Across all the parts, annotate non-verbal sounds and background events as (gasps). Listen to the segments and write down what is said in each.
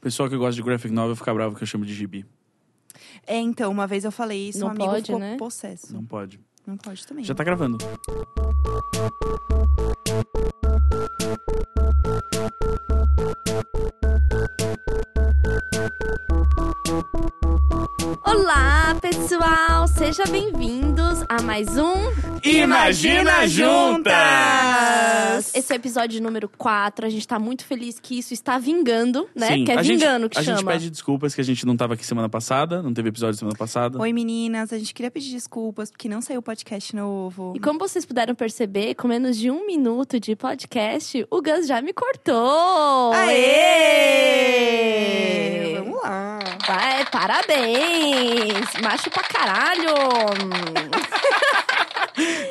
Pessoal que gosta de graphic novel fica bravo que eu chamo de gibi. É, então, uma vez eu falei isso, Não um amigo pode, ficou né? possesso. Não pode. Não pode também. Já tá gravando. Olá, pessoal! Sejam bem-vindos a mais um Imagina Juntas! Esse é o episódio número 4. A gente tá muito feliz que isso está vingando, né? Sim, que é a gente- vingando que a chama. gente pede desculpas que a gente não tava aqui semana passada, não teve episódio semana passada. Oi, meninas. A gente queria pedir desculpas porque não saiu podcast novo. um- E como vocês puderam perceber, com menos de um minuto de podcast, o Gus já me cortou! Aê! Aê! Vamos lá. Vai, parabéns! Macho pra caralho!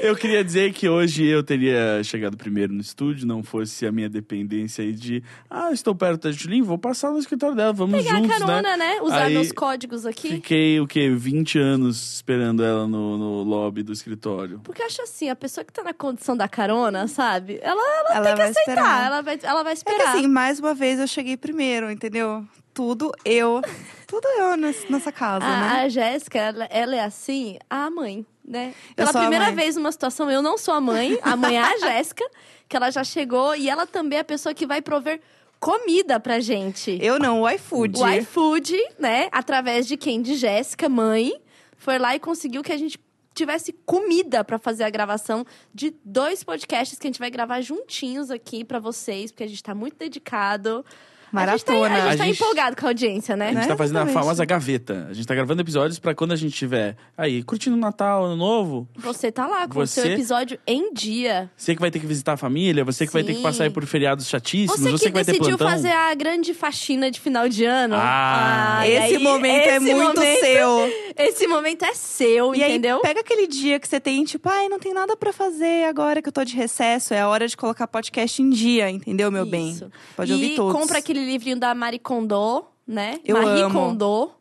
Eu queria dizer que hoje eu teria chegado primeiro no estúdio, não fosse a minha dependência aí de, ah, estou perto da Julinha, vou passar no escritório dela, vamos Pegar juntos, né? a carona, né? Usar Aí- meus códigos aqui. Fiquei o quê? 20 anos esperando ela no, no lobby do escritório. Porque eu acho assim, a pessoa que tá na condição da carona, sabe? Ela Ela tem que vai aceitar, esperar. Tá, ela vai, ela vai É que esperar. assim, mais uma vez eu cheguei primeiro, entendeu? Tudo eu. Tudo eu ness- nessa casa, a, né? a Jéssica, ela, ela é assim, a mãe, né? Eu Pela sou a primeira mãe. vez numa situação, eu não sou a mãe, a mãe (laughs) é a Jéssica, que ela já chegou e ela também é a pessoa que vai prover comida pra gente. Eu não, o iFood. O iFood, né? Através de quem? De Jéssica, mãe, foi lá e conseguiu que a gente tivesse comida pra fazer a gravação de dois podcasts que a gente vai gravar juntinhos aqui pra vocês, porque a gente tá muito dedicado. A gente Maratona. tá, a gente A tá gente- empolgado com a audiência, né? A gente Né? tá fazendo Exatamente. a famosa gaveta. A gente tá gravando episódios pra quando a gente tiver aí, curtindo o Natal, Ano Novo, Você tá lá com o seu Você- episódio em dia. você que vai ter que visitar a família, você que vai ter que Sim. passar aí por feriados chatíssimos, Você, você, que, que vai ter decidiu plantão. fazer a grande faxina de final de ano. Ah. e Esse tá aí, momento é esse muito momento- seu. Esse momento é seu, E aí, entendeu? pega aquele dia que você tem, tipo, ai, não tem nada pra fazer agora que eu tô de recesso. É a hora de colocar podcast em dia, entendeu, meu bem? Isso. Pode e ouvir todos. compra aquele livrinho da Marie Kondo, né? Eu Marie amo. Kondo,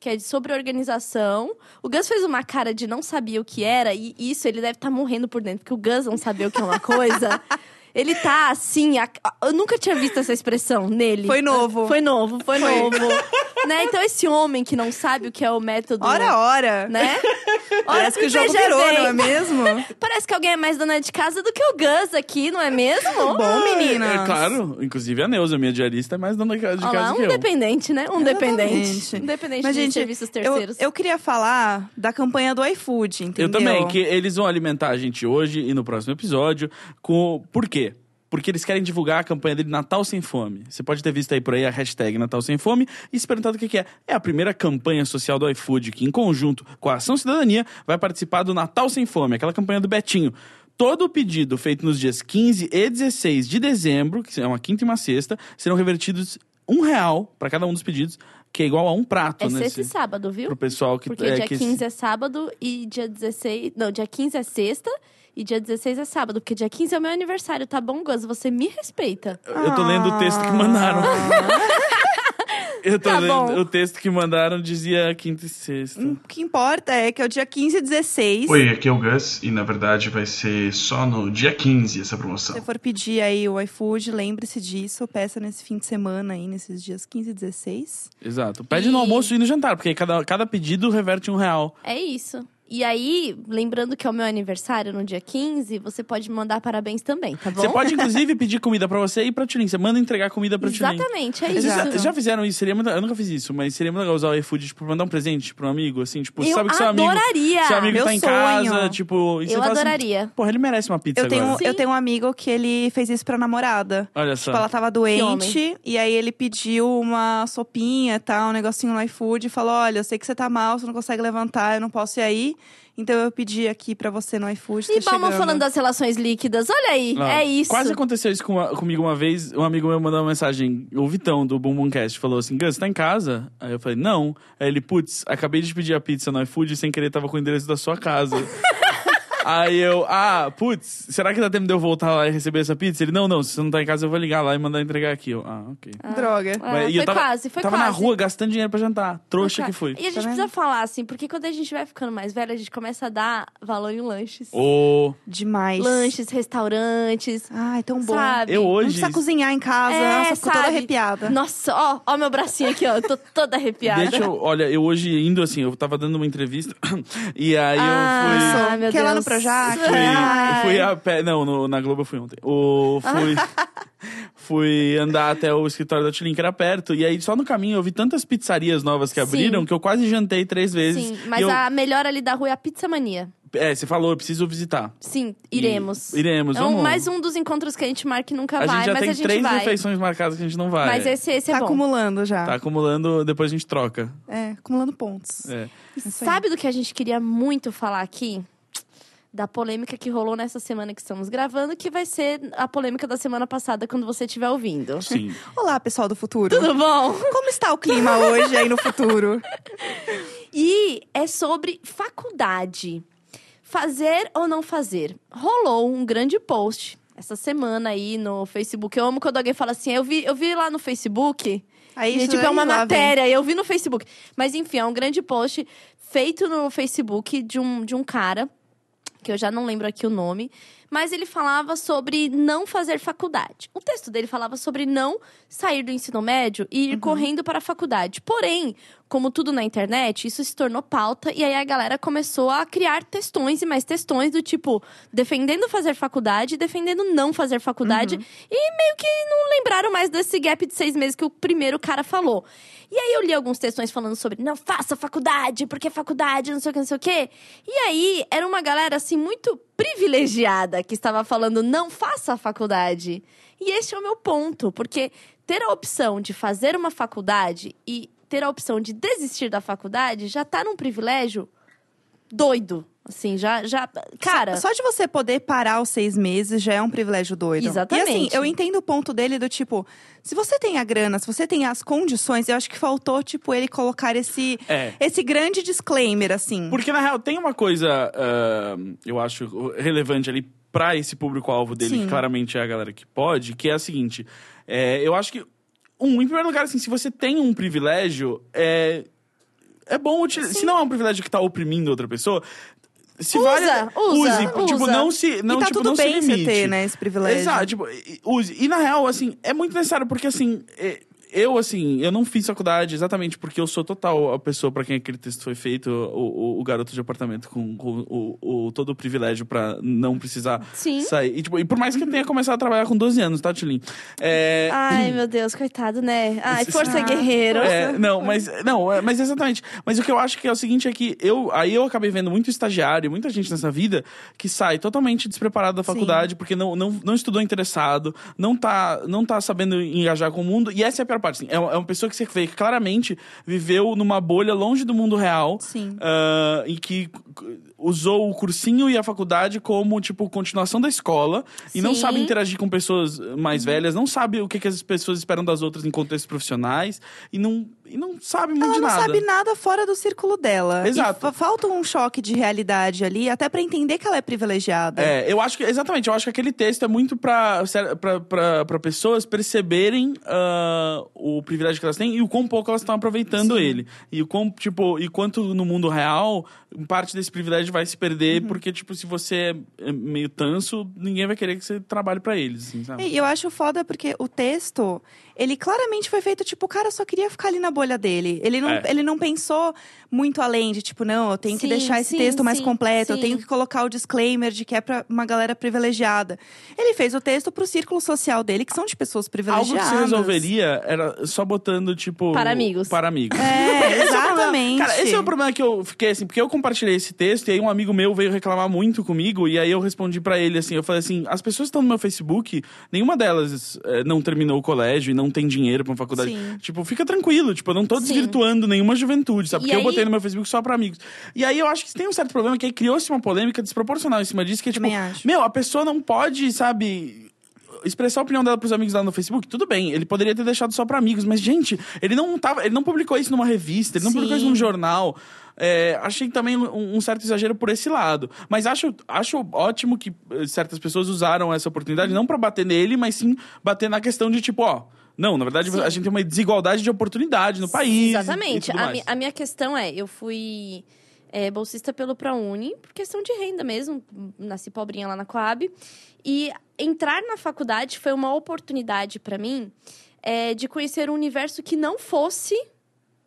que é de sobre organização. O Gus fez uma cara de não sabia o que era, e isso ele deve estar morrendo por dentro, porque o Gus não sabia o que é (laughs) uma coisa. Ele tá assim, a- a- eu nunca tinha visto essa expressão nele. Foi novo. Foi novo, foi, Foi. novo. (laughs) né? Então esse homem que não sabe o que é o método, Ora, ora. (laughs) né? Ora, Parece que o jogo veja virou, bem. não é mesmo? (laughs) Parece que alguém é mais dona de casa do que o Gus aqui, não é mesmo? (laughs) Bom, meninas. É claro, inclusive a Neuza, minha diarista, é mais dona de casa Olha lá, que um eu. dependente, né? Um dependente. Exatamente. Um dependente Mas, de gente, serviços Eu, terceiros. eu queria falar da campanha do iFood, entendeu? Eu também, que eles vão alimentar a gente hoje e no próximo episódio com... Por quê? Porque eles querem divulgar a campanha dele Natal Sem Fome. Você pode ter visto aí por aí a hashtag Natal Sem Fome e se perguntado o que que é. É a primeira campanha social do iFood que, em conjunto com a Ação Cidadania, vai participar do Natal Sem Fome, aquela campanha do Betinho. Todo o pedido feito nos dias 15 e 16 de dezembro, que é uma quinta e uma sexta, serão revertidos um real para cada um dos pedidos, que é igual a um prato É sexta nesse. e sábado, viu? Pro pessoal que Porque é, dia que 15 é sábado e dia 16. Não, dia 15 é sexta e dia 16 é sábado. Porque dia 15 é o meu aniversário, tá bom, Gus? Você me respeita. Eu tô lendo o texto que mandaram. Ah. Eu tô Ah, Tá lendo bom. Hum. o texto que mandaram, dizia quinta e sexta. O que importa é que é o dia 15 e 16. Oi, aqui é o Gus e na verdade vai ser só no dia 15 essa promoção. Se você for pedir aí o iFood, lembre-se disso. Peça nesse fim de semana aí, nesses dias 15 e 16. Exato. Pede E- no almoço e no jantar, porque cada, cada pedido reverte um real. É isso. E aí, lembrando que é o meu aniversário no dia 15, você pode me mandar parabéns também, tá bom? Você pode, inclusive, pedir comida pra você e pra Tulin. Você manda entregar comida pra Tulin. Exatamente, é Vocês isso. já, vocês já fizeram isso? Seria muito- eu nunca fiz isso, mas seria muito legal usar o iFood, tipo, mandar um presente pra um amigo, assim, tipo, Eu sabe que seu amigo, adoraria. seu amigo Meu tá em sonho. casa, tipo, e você Eu fala assim, adoraria. Porra, ele merece uma pizza Eu tenho, agora. eu tenho um amigo que ele fez isso pra um- namorada. Olha só. Tipo, ela tava doente, e aí ele pediu uma sopinha e tal, um negocinho no iFood, e falou: Olha, eu sei que você tá mal, você não consegue levantar, eu não posso ir aí. Então eu pedi aqui pra você no iFood. E tá Balma chegando." falando das relações líquidas, olha aí, Ah, é isso. Quase aconteceu isso com uma- comigo uma vez. Um amigo meu mandou uma mensagem, o Vitão, do Bumbumcast, falou assim: Gus, tá em casa? Aí eu falei: Não. (laughs) Aí ele, putz, acabei de pedir a pizza no iFood e sem querer tava com o endereço da sua casa. Aí eu, ah, putz, será que dá tempo de eu voltar lá e receber essa pizza? Ele, não, não, se você não tá em casa, eu vou ligar lá e mandar entregar aqui. Eu, ah, ok. Droga. Ah, Mas- e foi eu tava, quase, foi Tava quase. na rua gastando dinheiro pra jantar. Trouxa Tá. que fui. E a gente Tá vendo? precisa falar, assim, porque quando a gente vai ficando mais velha, a gente começa a dar valor em lanches. Ô, Demais. Lanches, restaurantes, Ai, tão bom. sabe? eu Não hoje. precisa cozinhar em casa. É, Nossa, fico toda sabe? arrepiada. Nossa, ó, ó meu bracinho aqui, ó. Eu tô toda arrepiada. Deixa eu, olha, eu hoje indo assim, eu tava dando uma entrevista (coughs) e aí eu fui. Ah, fui- meu Que é lá Deus. no Projac. Fui, Ai. fui a pé. Não, no- na Globo eu fui ontem. O, (laughs) fui, fui andar até o escritório da Tilin, que era perto. E aí, só no caminho, eu vi tantas pizzarias novas que Sim. abriram que eu quase jantei três vezes. Sim, E mas eu- a melhor ali da rua é a Pizza Mania. É, você falou, eu preciso visitar. Sim, iremos. E- iremos, é um, vamos. mais um dos encontros que a gente marca e nunca a vai, gente já mas tem a gente três vai. refeições marcadas que a gente não vai. Mas esse, esse é Tá bom. acumulando já. Tá acumulando, depois a gente troca. É, acumulando pontos. É. Isso aí. Sabe do que a gente queria muito falar aqui? Da polêmica que rolou nessa semana que estamos gravando, que vai ser a polêmica da semana passada quando você estiver ouvindo. Sim. Olá, pessoal do futuro. Tudo bom? Como está o clima hoje aí no (laughs) futuro? E é sobre faculdade. Fazer ou não fazer? Rolou um grande post essa semana aí no Facebook. Eu amo quando alguém fala assim, eu vi, eu vi lá no Facebook. Aí E, isso tipo, é aí, uma lá vem. matéria, eu vi no Facebook. Mas enfim, é um grande post feito no Facebook de um, de um cara, que eu já não lembro aqui o nome, mas ele falava sobre não fazer faculdade. O texto dele falava sobre não sair do ensino médio e ir correndo para a faculdade. Porém, como tudo na internet, isso se tornou pauta e aí a galera começou a criar textões e mais textões do tipo defendendo fazer faculdade, defendendo não fazer faculdade e meio que não lembraram mais desse gap de seis meses que o primeiro cara falou. E aí eu li alguns textões falando sobre não faça faculdade, porque faculdade, não sei o que, não sei o quê. E aí era uma galera assim muito privilegiada que estava falando não faça faculdade. E esse é o meu ponto, porque ter a opção de fazer uma faculdade e ter a opção de desistir da faculdade já tá num privilégio doido. Assim, já. já cara. Só, só de você poder parar os seis meses já é um privilégio doido. Exatamente. E assim, eu entendo o ponto dele do tipo, se você tem a grana, se você tem as condições, eu acho que faltou, tipo, ele colocar esse, É. esse grande disclaimer, assim. Porque, na real, tem uma coisa, ah, eu acho, relevante ali pra esse público-alvo dele, Sim. que claramente é a galera que pode, que é a seguinte. é, eu acho que, um, em primeiro lugar, assim, se você tem um privilégio, é, é bom utilizar. Se não é um privilégio que tá oprimindo outra pessoa... Se Usa, vale, usa, use, tipo, usa. não se, não, e tá tipo, tudo não se bem você limite. ter, né, esse privilégio. Exato, tipo, e- e use. E na real, assim, é muito necessário, porque assim, é, eu, assim, eu não fiz faculdade exatamente porque eu sou total a pessoa pra quem aquele texto foi feito, o, o- o garoto de apartamento com, com o, o- todo o privilégio pra não precisar Sim. sair. E, tipo, e por mais que eu tenha começado a trabalhar com 12 anos, tá, Tilin? É, Ai, meu Deus, coitado, né? Ai, Esse- força Ah. guerreiro. É, não, mas não, é, mas exatamente. Mas o que eu acho que é o seguinte é que eu aí eu acabei vendo muito estagiário, muita gente nessa vida que sai totalmente despreparado da Sim. faculdade porque não, não, não estudou interessado, não tá não tá sabendo engajar com o mundo. E essa é a pior parte. Assim, é, uma- é uma pessoa que você vê que claramente viveu numa bolha longe do mundo real. Sim. ah, e que c- usou o cursinho e a faculdade como, tipo, continuação da escola. E não Sim. sabe interagir com pessoas mais Uhum. velhas, não sabe o que, que as pessoas esperam das outras em contextos profissionais e não, e não sabe muito Ela de não nada. sabe nada fora do círculo dela. Exato. E fa- falta um choque de realidade ali, até pra entender que ela é privilegiada. É, eu acho que, exatamente, eu acho que aquele texto é muito pra, ser- pra, pra, pra pessoas perceberem ah, o privilégio que elas têm e o quão pouco elas estão aproveitando ele. E o quão, tipo, e quanto no mundo real, parte desse privilégio vai se perder, Uhum. porque, tipo, se você é meio tanso, ninguém vai querer que você trabalhe pra eles, assim, sabe? E eu acho foda porque o texto, ele claramente foi feito, tipo, o cara só queria ficar ali na bolha dele. Ele não, É. ele não pensou muito além de, tipo, não, eu tenho que Sim, deixar esse sim, texto mais sim, completo, sim. eu tenho que colocar o disclaimer de que é pra uma galera privilegiada. Ele fez o texto pro círculo social dele, que são de pessoas É, Algo que privilegiadas. se resolveria era só botando, tipo. Para amigos. Para amigos. (laughs) Esse É, é o problema. exatamente. Cara, esse é o problema que eu fiquei assim, porque eu compartilhei esse texto e aí um amigo meu veio reclamar muito comigo e aí eu respondi pra ele assim, eu falei assim, as pessoas que estão no meu Facebook, nenhuma delas eh, não terminou o colégio e não tem dinheiro pra uma faculdade. Sim. Tipo, fica tranquilo, tipo, eu não tô Sim. desvirtuando nenhuma juventude, sabe? E Porque eu aí- botei no meu Facebook só pra amigos. E aí eu acho que tem um certo problema que aí criou-se uma polêmica desproporcional em cima disso, que é tipo, Também acho. meu, a pessoa não pode, sabe, expressar a opinião dela pros amigos dela no Facebook, tudo bem. Ele poderia ter deixado só pra amigos, mas, gente, ele não tava. Ele não publicou isso numa revista, ele não Sim. publicou isso num jornal. É, achei também um, um certo exagero por esse lado. Mas acho, acho ótimo que eh, certas pessoas usaram essa oportunidade não pra bater nele, mas sim bater na questão de tipo, ó. Não, na verdade, Sim. a gente tem uma desigualdade de oportunidade no país. e- E Exatamente. tudo A, mais. mi- a minha questão é, eu fui é, bolsista pelo ProUni, por questão de renda mesmo, nasci pobrinha lá na Coab. E entrar na faculdade foi uma oportunidade para mim é, de conhecer um universo que não fosse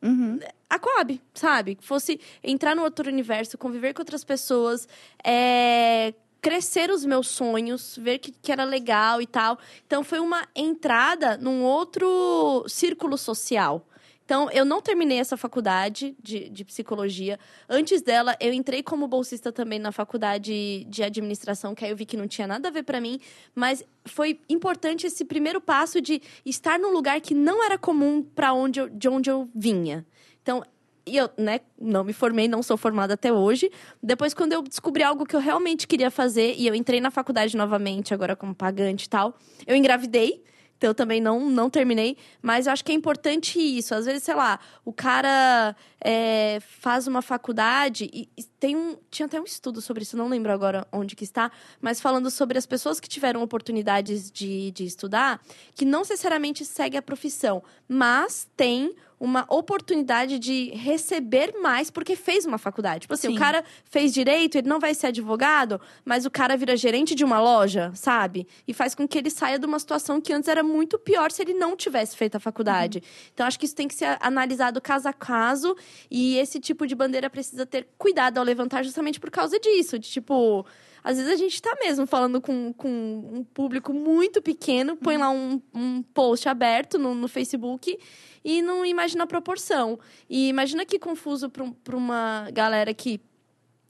Uhum. a Coab, sabe? Que Fosse entrar no outro universo, conviver com outras pessoas, é, crescer os meus sonhos, ver que, que era legal e tal. Então foi uma entrada num outro círculo social. Então, eu não terminei essa faculdade de, de psicologia. Antes dela, eu entrei como bolsista também na faculdade de administração, que aí eu vi que não tinha nada a ver pra mim. Mas foi importante esse primeiro passo de estar num lugar que não era comum para onde eu- de onde eu vinha. Então, e eu, né, não me formei, não sou formada até hoje. Depois, quando eu descobri algo que eu realmente queria fazer, e eu entrei na faculdade novamente, agora como pagante e tal, eu engravidei. Então, eu também não, não terminei. Mas eu acho que é importante isso. Às vezes, sei lá, o cara é, faz uma faculdade e, e tem um... Tinha até um estudo sobre isso, não lembro agora onde que está. Mas falando sobre as pessoas que tiveram oportunidades de, de estudar, que não necessariamente segue a profissão, mas tem uma oportunidade de receber mais porque fez uma faculdade. Tipo assim, Sim. o cara fez direito, ele não vai ser advogado, mas o cara vira gerente de uma loja, sabe? E faz com que ele saia de uma situação que antes era muito pior se ele não tivesse feito a faculdade. Então acho que isso tem que ser analisado caso a caso e esse tipo de bandeira precisa ter cuidado ao levantar justamente por causa disso, de tipo, às vezes a gente tá mesmo falando com, com um público muito pequeno, põe lá um, um post aberto no, no Facebook e não imagina a proporção. E imagina que confuso pra, um- pra uma galera que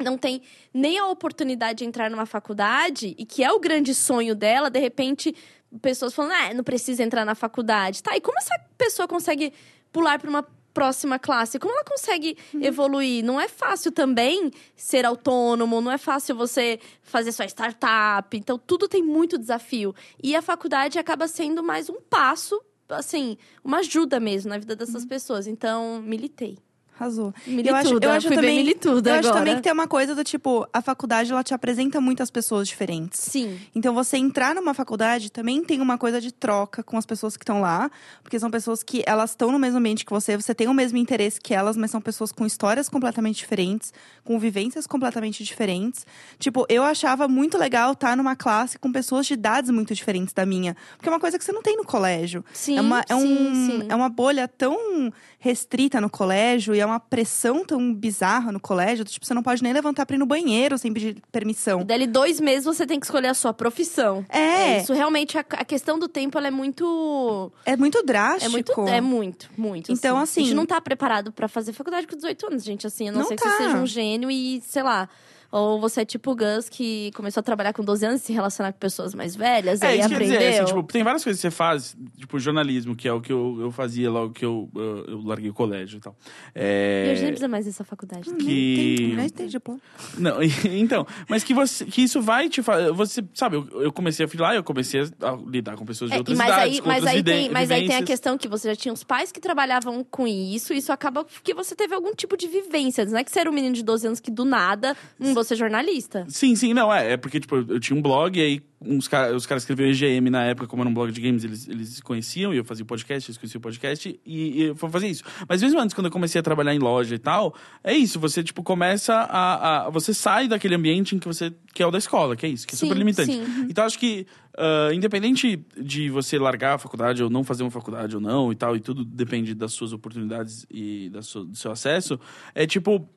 não tem nem a oportunidade de entrar numa faculdade e que é o grande sonho dela, de repente, pessoas falando, ah, não precisa entrar na faculdade. Tá, e como essa pessoa consegue pular para uma próxima classe? Como ela consegue evoluir? Não é fácil também ser autônomo, não é fácil você fazer sua startup. Então, tudo tem muito desafio. E a faculdade acaba sendo mais um passo, assim, uma ajuda mesmo na vida dessas pessoas. Então, militei. Arrasou. Milituda, acho- Uhum. eu acho fui bem também- milituda Eu agora. acho também que tem uma coisa do tipo, a faculdade ela te apresenta muitas pessoas diferentes. Sim. Então, você entrar numa faculdade também tem uma coisa de troca com as pessoas que estão lá, porque são pessoas que elas estão no mesmo ambiente que você, você tem o mesmo interesse que elas, mas são pessoas com histórias completamente diferentes, com vivências completamente diferentes. Tipo, eu achava muito legal estar numa classe com pessoas de idades muito diferentes da minha, porque é uma coisa que você não tem no colégio. Sim, é, uma, é, um- sim, sim. é uma bolha tão restrita no colégio e é uma pressão tão bizarra no colégio, do tipo, você não pode nem levantar pra ir no banheiro sem pedir permissão. Dali dois meses você tem que escolher a sua profissão. um É, Isso realmente, a, a questão do tempo, ela é muito. é muito drástico. É muito, é muito, muito. Então, A assim- gente não tá preparado pra fazer faculdade com 18 anos, gente, assim. A não, Não ser que tá. você seja um gênio e, sei lá. Ou você é tipo o Gus que começou a trabalhar com 12 anos e se relacionar com pessoas mais velhas, É, aí isso que eu ia aprendeu. dizer, assim, tipo, tem várias coisas que você faz, tipo, jornalismo, que é o que eu, eu fazia logo que eu, eu, eu larguei o colégio e tal. É, E hoje nem precisa mais dessa faculdade. Hum, que- Tem, né? Tem diploma. Não, (laughs) e- então, mas que, você, que isso vai te fazer. Você, sabe, eu, eu comecei a filar, eu comecei a lidar com pessoas de É, outras mas idades, aí, com mas outras aí ide- tem, mas aí tem a vivências. questão que você já tinha os pais que trabalhavam com isso, isso acaba que você teve algum tipo de vivência. Não é que você era um menino de 12 anos que do nada, hum, você é jornalista. Sim, sim, não, é. É porque, tipo, eu, eu tinha um blog e aí uns cara, os caras escreviam EGM na época, como era um blog de games, eles, eles se conheciam e eu fazia o podcast, eles conheciam o podcast e, e foi fazer isso. Mas mesmo antes, quando eu comecei a trabalhar em loja e tal, é isso, você, tipo, começa a... a- você sai daquele ambiente em que você... que é o da escola, que é isso, que é Sim, super limitante. sim. uhum. Então, acho que, ah, independente de você largar a faculdade ou não fazer uma faculdade ou não e tal, e tudo depende das suas oportunidades e da sua- do seu acesso, é tipo.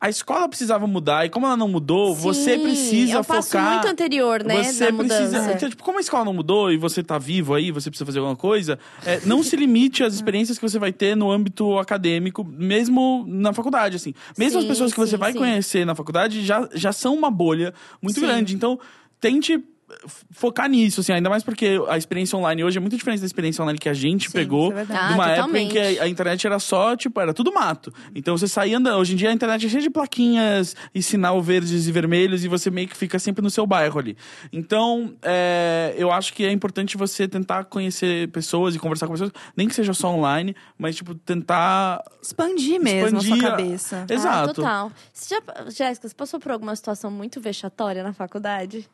A escola precisava mudar e como ela não mudou, você Sim, precisa é um passo focar. muito anterior, né, Você da mudança. precisa. Então, tipo, como a escola não mudou e você tá vivo aí, você precisa fazer alguma coisa, é, não se limite (laughs) Ah. às experiências que você vai ter no âmbito acadêmico, mesmo na faculdade, assim. Mesmo Sim, as pessoas que sim, você vai sim. conhecer na faculdade já, já são uma bolha muito Sim. grande. Então, tente f- focar nisso, assim, ainda mais porque a experiência online hoje é muito diferente da experiência online que a gente pegou. isso é verdade. Ah, de uma época em totalmente. que a, a internet era só, tipo, era tudo mato. Então você saía andando. Hoje em dia a internet é cheia de plaquinhas e sinal verdes e vermelhos e você meio que fica sempre no seu bairro ali. Então, é, eu acho que é importante você tentar conhecer pessoas e conversar com pessoas, nem que seja só online, mas, tipo, tentar. Expandir mesmo Expandir a a- sua cabeça. Ah, Exato. total. Você já, Jéssica, você passou por alguma situação muito vexatória na faculdade?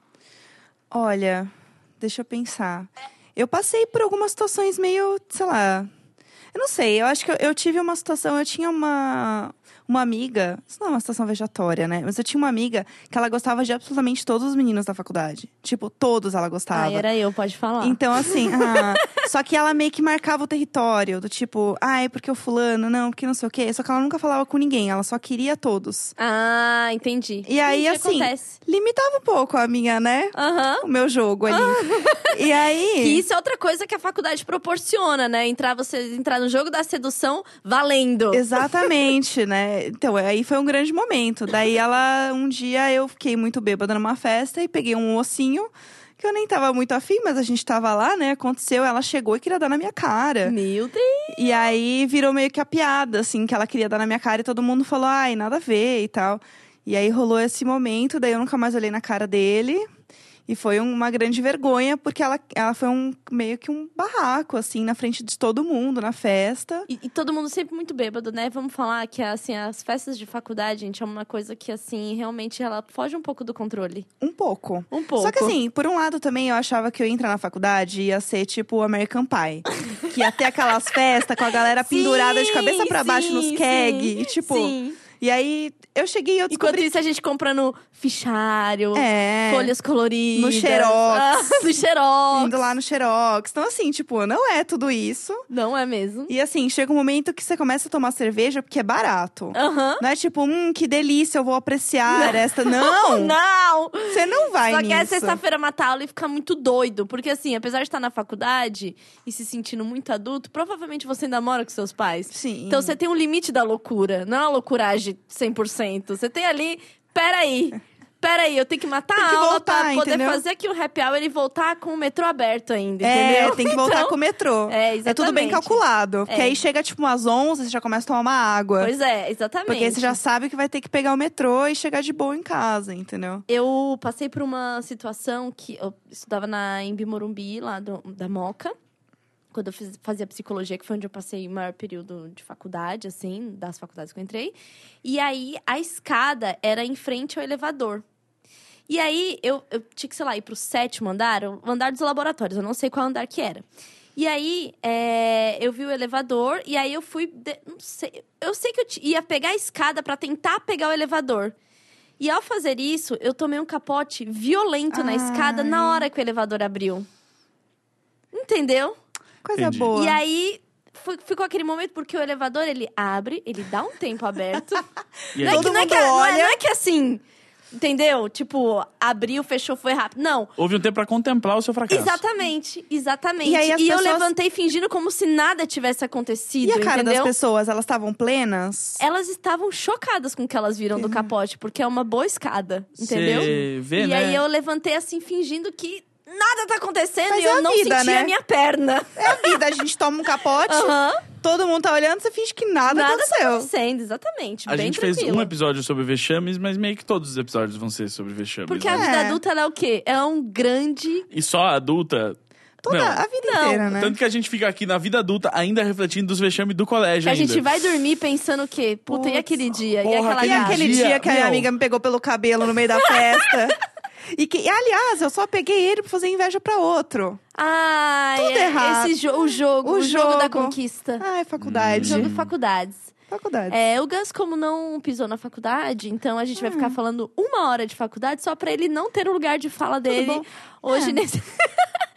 Olha, deixa eu pensar. Eu passei por algumas situações meio, sei lá. Eu não sei, eu acho que eu, eu tive uma situação, eu tinha uma, uma amiga, isso não é uma situação vexatória, né? Mas eu tinha uma amiga que ela gostava de absolutamente todos os meninos da faculdade. Tipo, todos ela gostava. Ah, era eu, pode falar. Então, (laughs) assim, ah, só que ela meio que marcava o território, do tipo, ai, porque o fulano, não, porque não sei o quê. Só que ela nunca falava com ninguém, ela só queria todos. Ah, entendi. E aí, Entendi, assim, acontece. limitava um pouco a minha, né? Aham. O meu jogo (laughs) ali. e aí. Que isso é outra coisa que a faculdade proporciona, né? Entrar você entrar no jogo da sedução valendo. Exatamente, né? Então, aí foi um grande momento. Daí ela, um dia eu fiquei muito bêbada numa festa e peguei um ossinho que eu nem tava muito afim, mas a gente tava lá, né? Aconteceu, ela chegou e queria dar na minha cara. Meu Deus. E aí virou meio que a piada, assim, que ela queria dar na minha cara e todo mundo falou, ai, nada a ver e tal. E aí rolou esse momento, daí eu nunca mais olhei na cara dele. E foi um- uma grande vergonha, porque ela, ela foi um meio que um barraco, assim, na frente de todo mundo, na festa. E, e todo mundo sempre muito bêbado, né? Vamos falar que assim, as festas de faculdade, gente, é uma coisa que assim, realmente ela foge um pouco do controle. Um pouco. Um pouco. Só que assim, por um lado também eu achava que eu ia entrar na faculdade e ia ser tipo o American Pie. que ia ter (laughs) aquelas festas com a galera Sim, tá pendurada de cabeça pra baixo sim, nos sim. keg. E, tipo, Sim. e aí eu cheguei e eu Enquanto descobri. isso, a gente comprando fichário, É. folhas coloridas. No xerox. Ah, no xerox. Indo lá no Xerox. Então, assim, tipo, não é tudo isso. Não é mesmo? E assim, chega um momento que você começa a tomar cerveja porque é barato. Aham. Não é tipo, hum, que delícia, eu vou apreciar esta. (laughs) Não! Não! Você não vai Só é nisso. quer sexta-feira matar aula e ficar muito doido. Porque, assim, apesar de estar na faculdade e se sentindo muito adulto, provavelmente você ainda mora com seus pais. Sim. Então você tem um limite da loucura. Não é uma loucuragem 100%. Você tem ali. Peraí. Peraí, eu tenho que matar Tem a que aula voltar, pra poder entendeu? fazer aqui o happy hour e voltar com o metrô aberto ainda, É, entendeu? tem que voltar Então, com o metrô. É É, tudo bem exatamente. calculado. Porque É. aí chega tipo umas 11, você já começa a tomar uma água. Pois é, exatamente. né? porque aí você já sabe que vai ter que pegar o metrô e chegar de boa em casa, entendeu? Eu passei por uma situação que eu estudava na Embi Morumbi, lá do- da Moca, quando eu fiz- fazia psicologia, que foi onde eu passei o maior período de faculdade, assim, das faculdades que eu entrei. E aí a escada era em frente ao elevador. E aí eu, eu tinha que, sei lá, ir pro sétimo andar, o andar dos laboratórios, eu não sei qual andar que era. E aí é, eu vi o elevador e aí eu fui. de- não sei, eu sei que eu ti- ia pegar a escada pra tentar pegar o elevador. E ao fazer isso, eu tomei um capote violento na Ai. escada na hora que o elevador abriu. Entendeu? Coisa Entendi. boa. E aí fu- ficou aquele momento porque o elevador ele abre, ele dá um (laughs) tempo aberto. E Não aí, é, Todo que, não, é que, mundo não, é, olha. não é que assim, entendeu? Tipo, abriu, fechou, foi rápido. Não. houve um tempo pra contemplar o seu fracasso. Exatamente, exatamente. E aí as eu pessoas- levantei fingindo como se nada tivesse acontecido, E a cara das entendeu? pessoas, elas estavam plenas? Elas estavam chocadas com o que elas viram do capote, porque é uma boa escada, entendeu? Você vê, e né? aí eu levantei assim, fingindo que nada tá acontecendo Mas é e eu a não vida, senti né? a minha perna. É a vida, a gente toma um capote, Aham. todo mundo tá olhando, você finge que nada, Nada tá aconteceu. acontecendo, exatamente. A bem gente tranquilo. fez um episódio sobre vexames, mas meio que todos os episódios vão ser sobre vexames. Porque né? a vida É. adulta ela é o quê? É um grande. E só a adulta. Toda não. a vida Não. inteira, né? Tanto que a gente fica aqui na vida adulta ainda refletindo dos vexames do colégio Que a ainda. gente vai dormir pensando o quê? Puta, e Putz, aquele dia? e porra, aquela E aquele aquele um dia, dia, que a minha meu. amiga me pegou pelo cabelo no meio (laughs) da festa. E que, e, aliás, eu só peguei ele pra fazer inveja pra outro. Ai, Tudo é- errado. Esse jo- o jogo, O o, jogo, da jogo. conquista. Ai, O faculdade. Hum. jogo de faculdades. Faculdade. É, o Gus, como não pisou na faculdade, então a gente vai Hum. ficar falando uma hora de faculdade só pra ele não ter o lugar de fala dele bom. hoje É. nesse.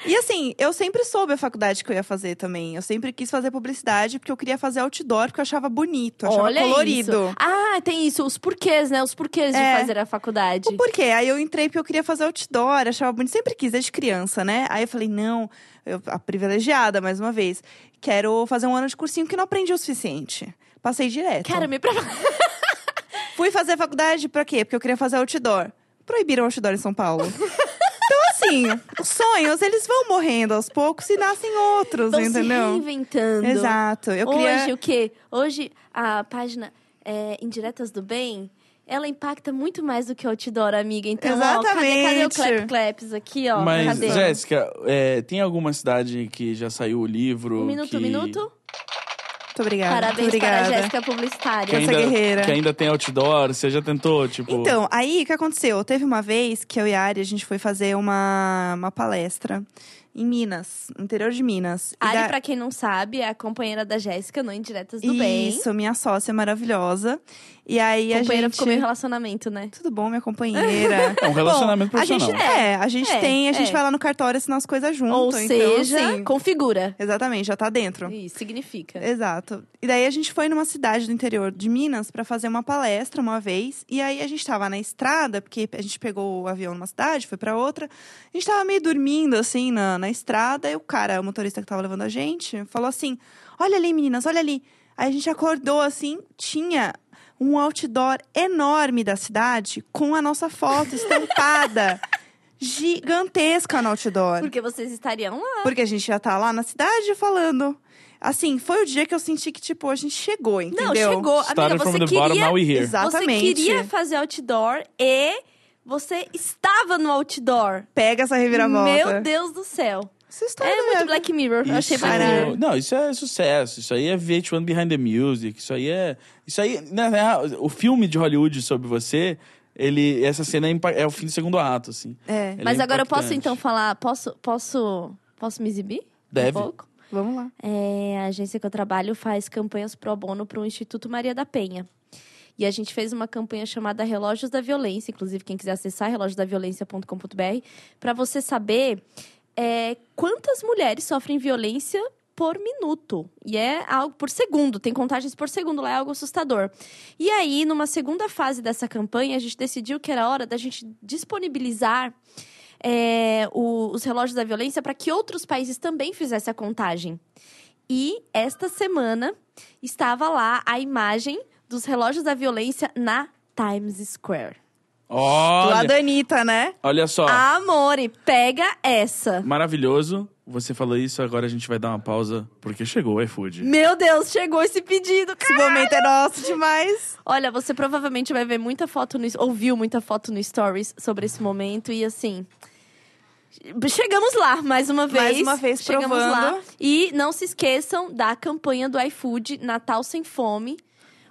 E assim, eu sempre soube a faculdade que eu ia fazer também. Eu sempre quis fazer publicidade porque eu queria fazer outdoor, porque eu achava bonito, eu achava Olha colorido. isso. Ah, tem isso, os porquês, né? Os porquês É. de fazer a faculdade. O porquê? Aí eu entrei porque eu queria fazer outdoor, achava bonito. Sempre quis, desde criança, né? Aí eu falei, não, eu, a privilegiada, mais uma vez. Quero fazer um ano de cursinho que não aprendi o suficiente. Passei direto. Cara, me pra... Fui fazer faculdade pra quê? Porque eu queria fazer outdoor. Proibiram outdoor em São Paulo. (laughs) então, assim, os sonhos, eles vão morrendo aos poucos e nascem outros, Estão se entendeu? reinventando. Exato. Eu queria... Hoje o quê? Hoje a página é, Indiretas do Bem, ela impacta muito mais do que o Outdoor, amiga. Então, ó, cadê, cadê o Exatamente. Clap Claps aqui, ó? Mas, cadê? Jéssica, é, tem alguma cidade que já saiu o livro? um minuto, que... um minuto. Muito obrigada. Parabéns muito obrigada. para a Jéssica Que Publicitária. Essa ainda, guerreira. que ainda tem outdoor, você já tentou, tipo... Então, aí o que aconteceu? Teve uma vez que eu e a Ari, a gente foi fazer uma, uma palestra em Minas, interior de Minas. E Ari, da- pra quem não sabe, é a companheira da Jéssica no Indiretas do Bem. Isso, minha sócia maravilhosa. E aí a companheira gente... ficou meio relacionamento, né? Tudo bom, minha (laughs) companheira? É um relacionamento Bom, a gente, profissional. é, a gente É, tem, a gente é. vai lá no cartório assinar as coisas junto. Ou então, seja, assim, configura. exatamente, já tá dentro. Isso significa. Exato. E daí a gente foi numa cidade do interior de Minas pra fazer uma palestra uma vez. E aí a gente tava na estrada, porque a gente pegou o avião numa cidade, foi pra outra. A gente tava meio dormindo, assim, na, na estrada. E o cara, o motorista que tava levando a gente, falou assim: Olha ali, meninas, olha ali. Aí a gente acordou, assim, tinha um outdoor enorme da cidade com a nossa foto estampada. Gigantesca no outdoor. Porque vocês estariam lá. Porque a gente já tá lá na cidade falando. Assim, foi o dia que eu senti que, tipo, a gente chegou, entendeu? Não, chegou. Started amiga, from você the bottom, queria now we here. Exatamente. Você queria fazer outdoor e você estava no outdoor. Pega essa reviravolta. Meu Deus do céu. Essa história É muito Black Mirror. Eu achei Black Caralho. Mirror. Não, isso é sucesso. Isso aí é VH1 Behind the Music. Isso aí é. Isso aí. Na real, o filme de Hollywood sobre você, ele. Essa cena é, impa- é o fim do segundo ato, assim. É. Ele Mas é agora eu posso impactante. então falar, posso posso posso me exibir? Deve. Um pouco? Vamos lá. É, a agência que eu trabalho faz campanhas pro bono para o Instituto Maria da Penha. E a gente fez uma campanha chamada Relógios da Violência. Inclusive, quem quiser acessar, relógiosdaviolência.com.br, para você saber é, quantas mulheres sofrem violência por minuto. E é algo por segundo, tem contagens por segundo lá, é algo assustador. E aí, numa segunda fase dessa campanha, a gente decidiu que era hora da gente disponibilizar é, o- os relógios da violência para que outros países também fizessem a contagem. E esta semana estava lá a imagem dos relógios da violência na Times Square. Do lado Olha, da Anitta, né? olha só. Ah. Amore, pega essa. Maravilhoso. Você falou isso, agora a gente vai dar uma pausa, porque chegou o iFood. Meu Deus, chegou esse pedido. Esse momento é nosso demais. Olha, você provavelmente vai ver muita foto no, ouviu muita foto no stories sobre esse momento e assim, chegamos lá mais uma vez. Mais uma vez chegamos provando. lá. E não se esqueçam da campanha do iFood Natal sem fome.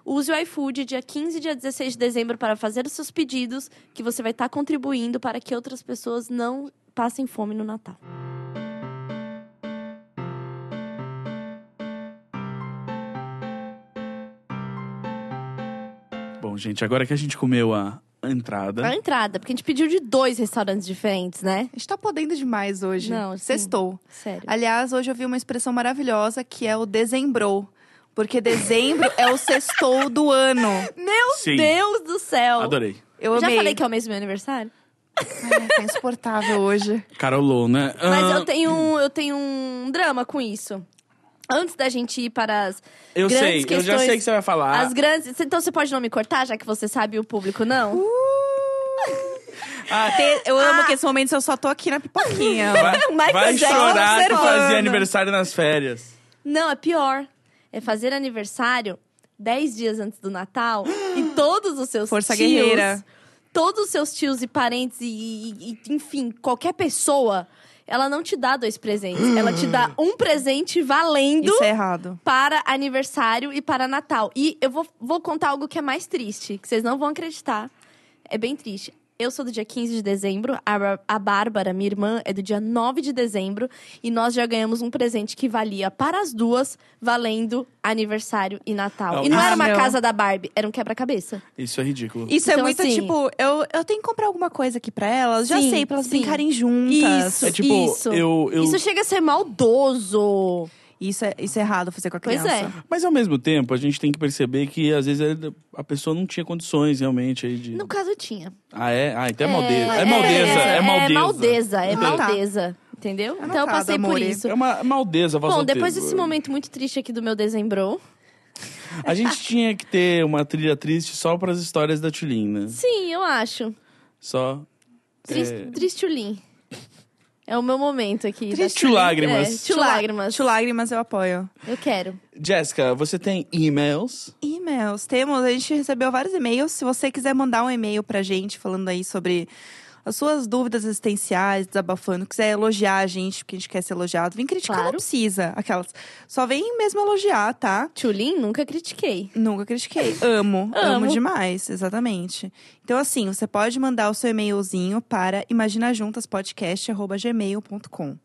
Use o iFood dia 15 e dia 16 de dezembro para fazer os seus pedidos, que você vai estar contribuindo para que outras pessoas não passem fome no Natal. Bom, gente, agora que a gente comeu a entrada. A entrada, porque a gente pediu de dois restaurantes diferentes, né? A gente tá podendo demais hoje. Não, sim. Sextou. Sério. Aliás, hoje eu vi uma expressão maravilhosa que é o dezembrou. Porque dezembro é o sextou do ano. Sim. Deus do céu! Adorei. Eu Já amei. falei que é o mês do meu aniversário? Ai, tá insuportável hoje. Carol Low, né? Mas Ah, eu tenho, um- eu tenho um drama com isso. Antes da gente ir para as. eu grandes sei, eu já questões- sei o que você vai falar. As grandes. Então você pode não me cortar, já que você sabe e o público não? Uh. (laughs) Ah, Te- Eu amo que esse momento eu só tô aqui na pipoquinha. vai Michael vai Jackson chorar que é observando. fazia aniversário nas férias. Não, é pior. É fazer aniversário 10 dias antes do (gasps) Natal e todos os seus Força tios. guerreira. Todos os seus tios e parentes e, e- e, enfim, qualquer pessoa, ela não te dá dois presentes. (gasps) ela te dá um presente valendo. Isso é errado. para aniversário e para Natal. E eu vou, vou contar algo que é mais triste, que vocês não vão acreditar. É bem triste. Eu sou do dia 15 de dezembro, a, Bá- a Bárbara, minha irmã, é do dia 9 de dezembro, e nós já ganhamos um presente que valia para as duas, valendo aniversário e Natal. Não, e não isso- era uma Ah, não. casa da Barbie, era um quebra-cabeça. Isso é ridículo. Isso é Então, muito assim- tipo, eu, eu tenho que comprar alguma coisa aqui pra elas, já Sim, sei, pra elas sim. brincarem juntas. É tipo, isso. eu- eu- Isso chega a ser maldoso. Isso é, isso é errado fazer com a Pois criança. é. Mas ao mesmo tempo, a gente tem que perceber que às vezes ele- a pessoa não tinha condições realmente aí de. No caso, eu tinha. Ah, é? Ah, então é maldeza. É, maldeza, é, maldeza. É maldeza, é Anotado. maldeza. Entendeu? então eu Anotado, passei por amore. isso. É uma maldeza, Bom, vazou depois tempo. desse momento muito triste aqui do meu dezembro. A gente tinha que ter uma trilha triste só pras histórias da Tulin, né? Sim, eu acho. Só. Tris, É. Tristulin. É o meu momento aqui. Triste Tio lágrimas. É, tio lágrimas. Tio Lágrimas eu apoio. Eu quero. Jéssica, você tem e-mails? E-mails, temos. A gente recebeu vários e-mails. Se você quiser mandar um e-mail pra gente falando aí sobre as suas dúvidas existenciais, desabafando, quiser elogiar a gente, porque a gente quer ser elogiado, vem criticar, Claro. não precisa. Aquelas. Só vem mesmo elogiar, tá? Tchulin, nunca critiquei. Nunca critiquei. Amo, amo Amo. demais, exatamente. Então, assim, você pode mandar o seu e-mailzinho para imaginajuntaspodcast.gmail.com.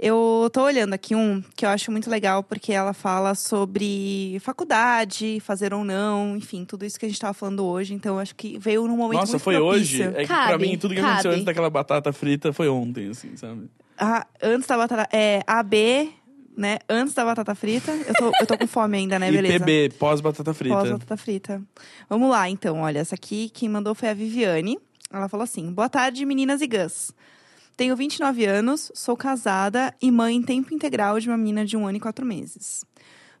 Eu tô olhando aqui um que eu acho muito legal, porque ela fala sobre faculdade, fazer ou não, enfim, tudo isso que a gente tava falando hoje. Então, eu acho que veio num momento Nossa, muito foi propício. hoje? É que pra Cabe, mim, tudo que cabe. aconteceu antes daquela batata frita foi ontem, assim, sabe? Ah, antes da batata... É, AB, né? Antes da batata frita. Eu tô, eu tô com fome ainda, (laughs) né? e Beleza. PB, pós-batata frita. Pós-batata frita. Vamos lá, então. Olha, essa aqui quem mandou foi a Viviane. Ela falou assim: Boa tarde, meninas e gãs. Tenho 29 anos, sou casada e mãe em tempo integral de uma menina de um ano e quatro meses.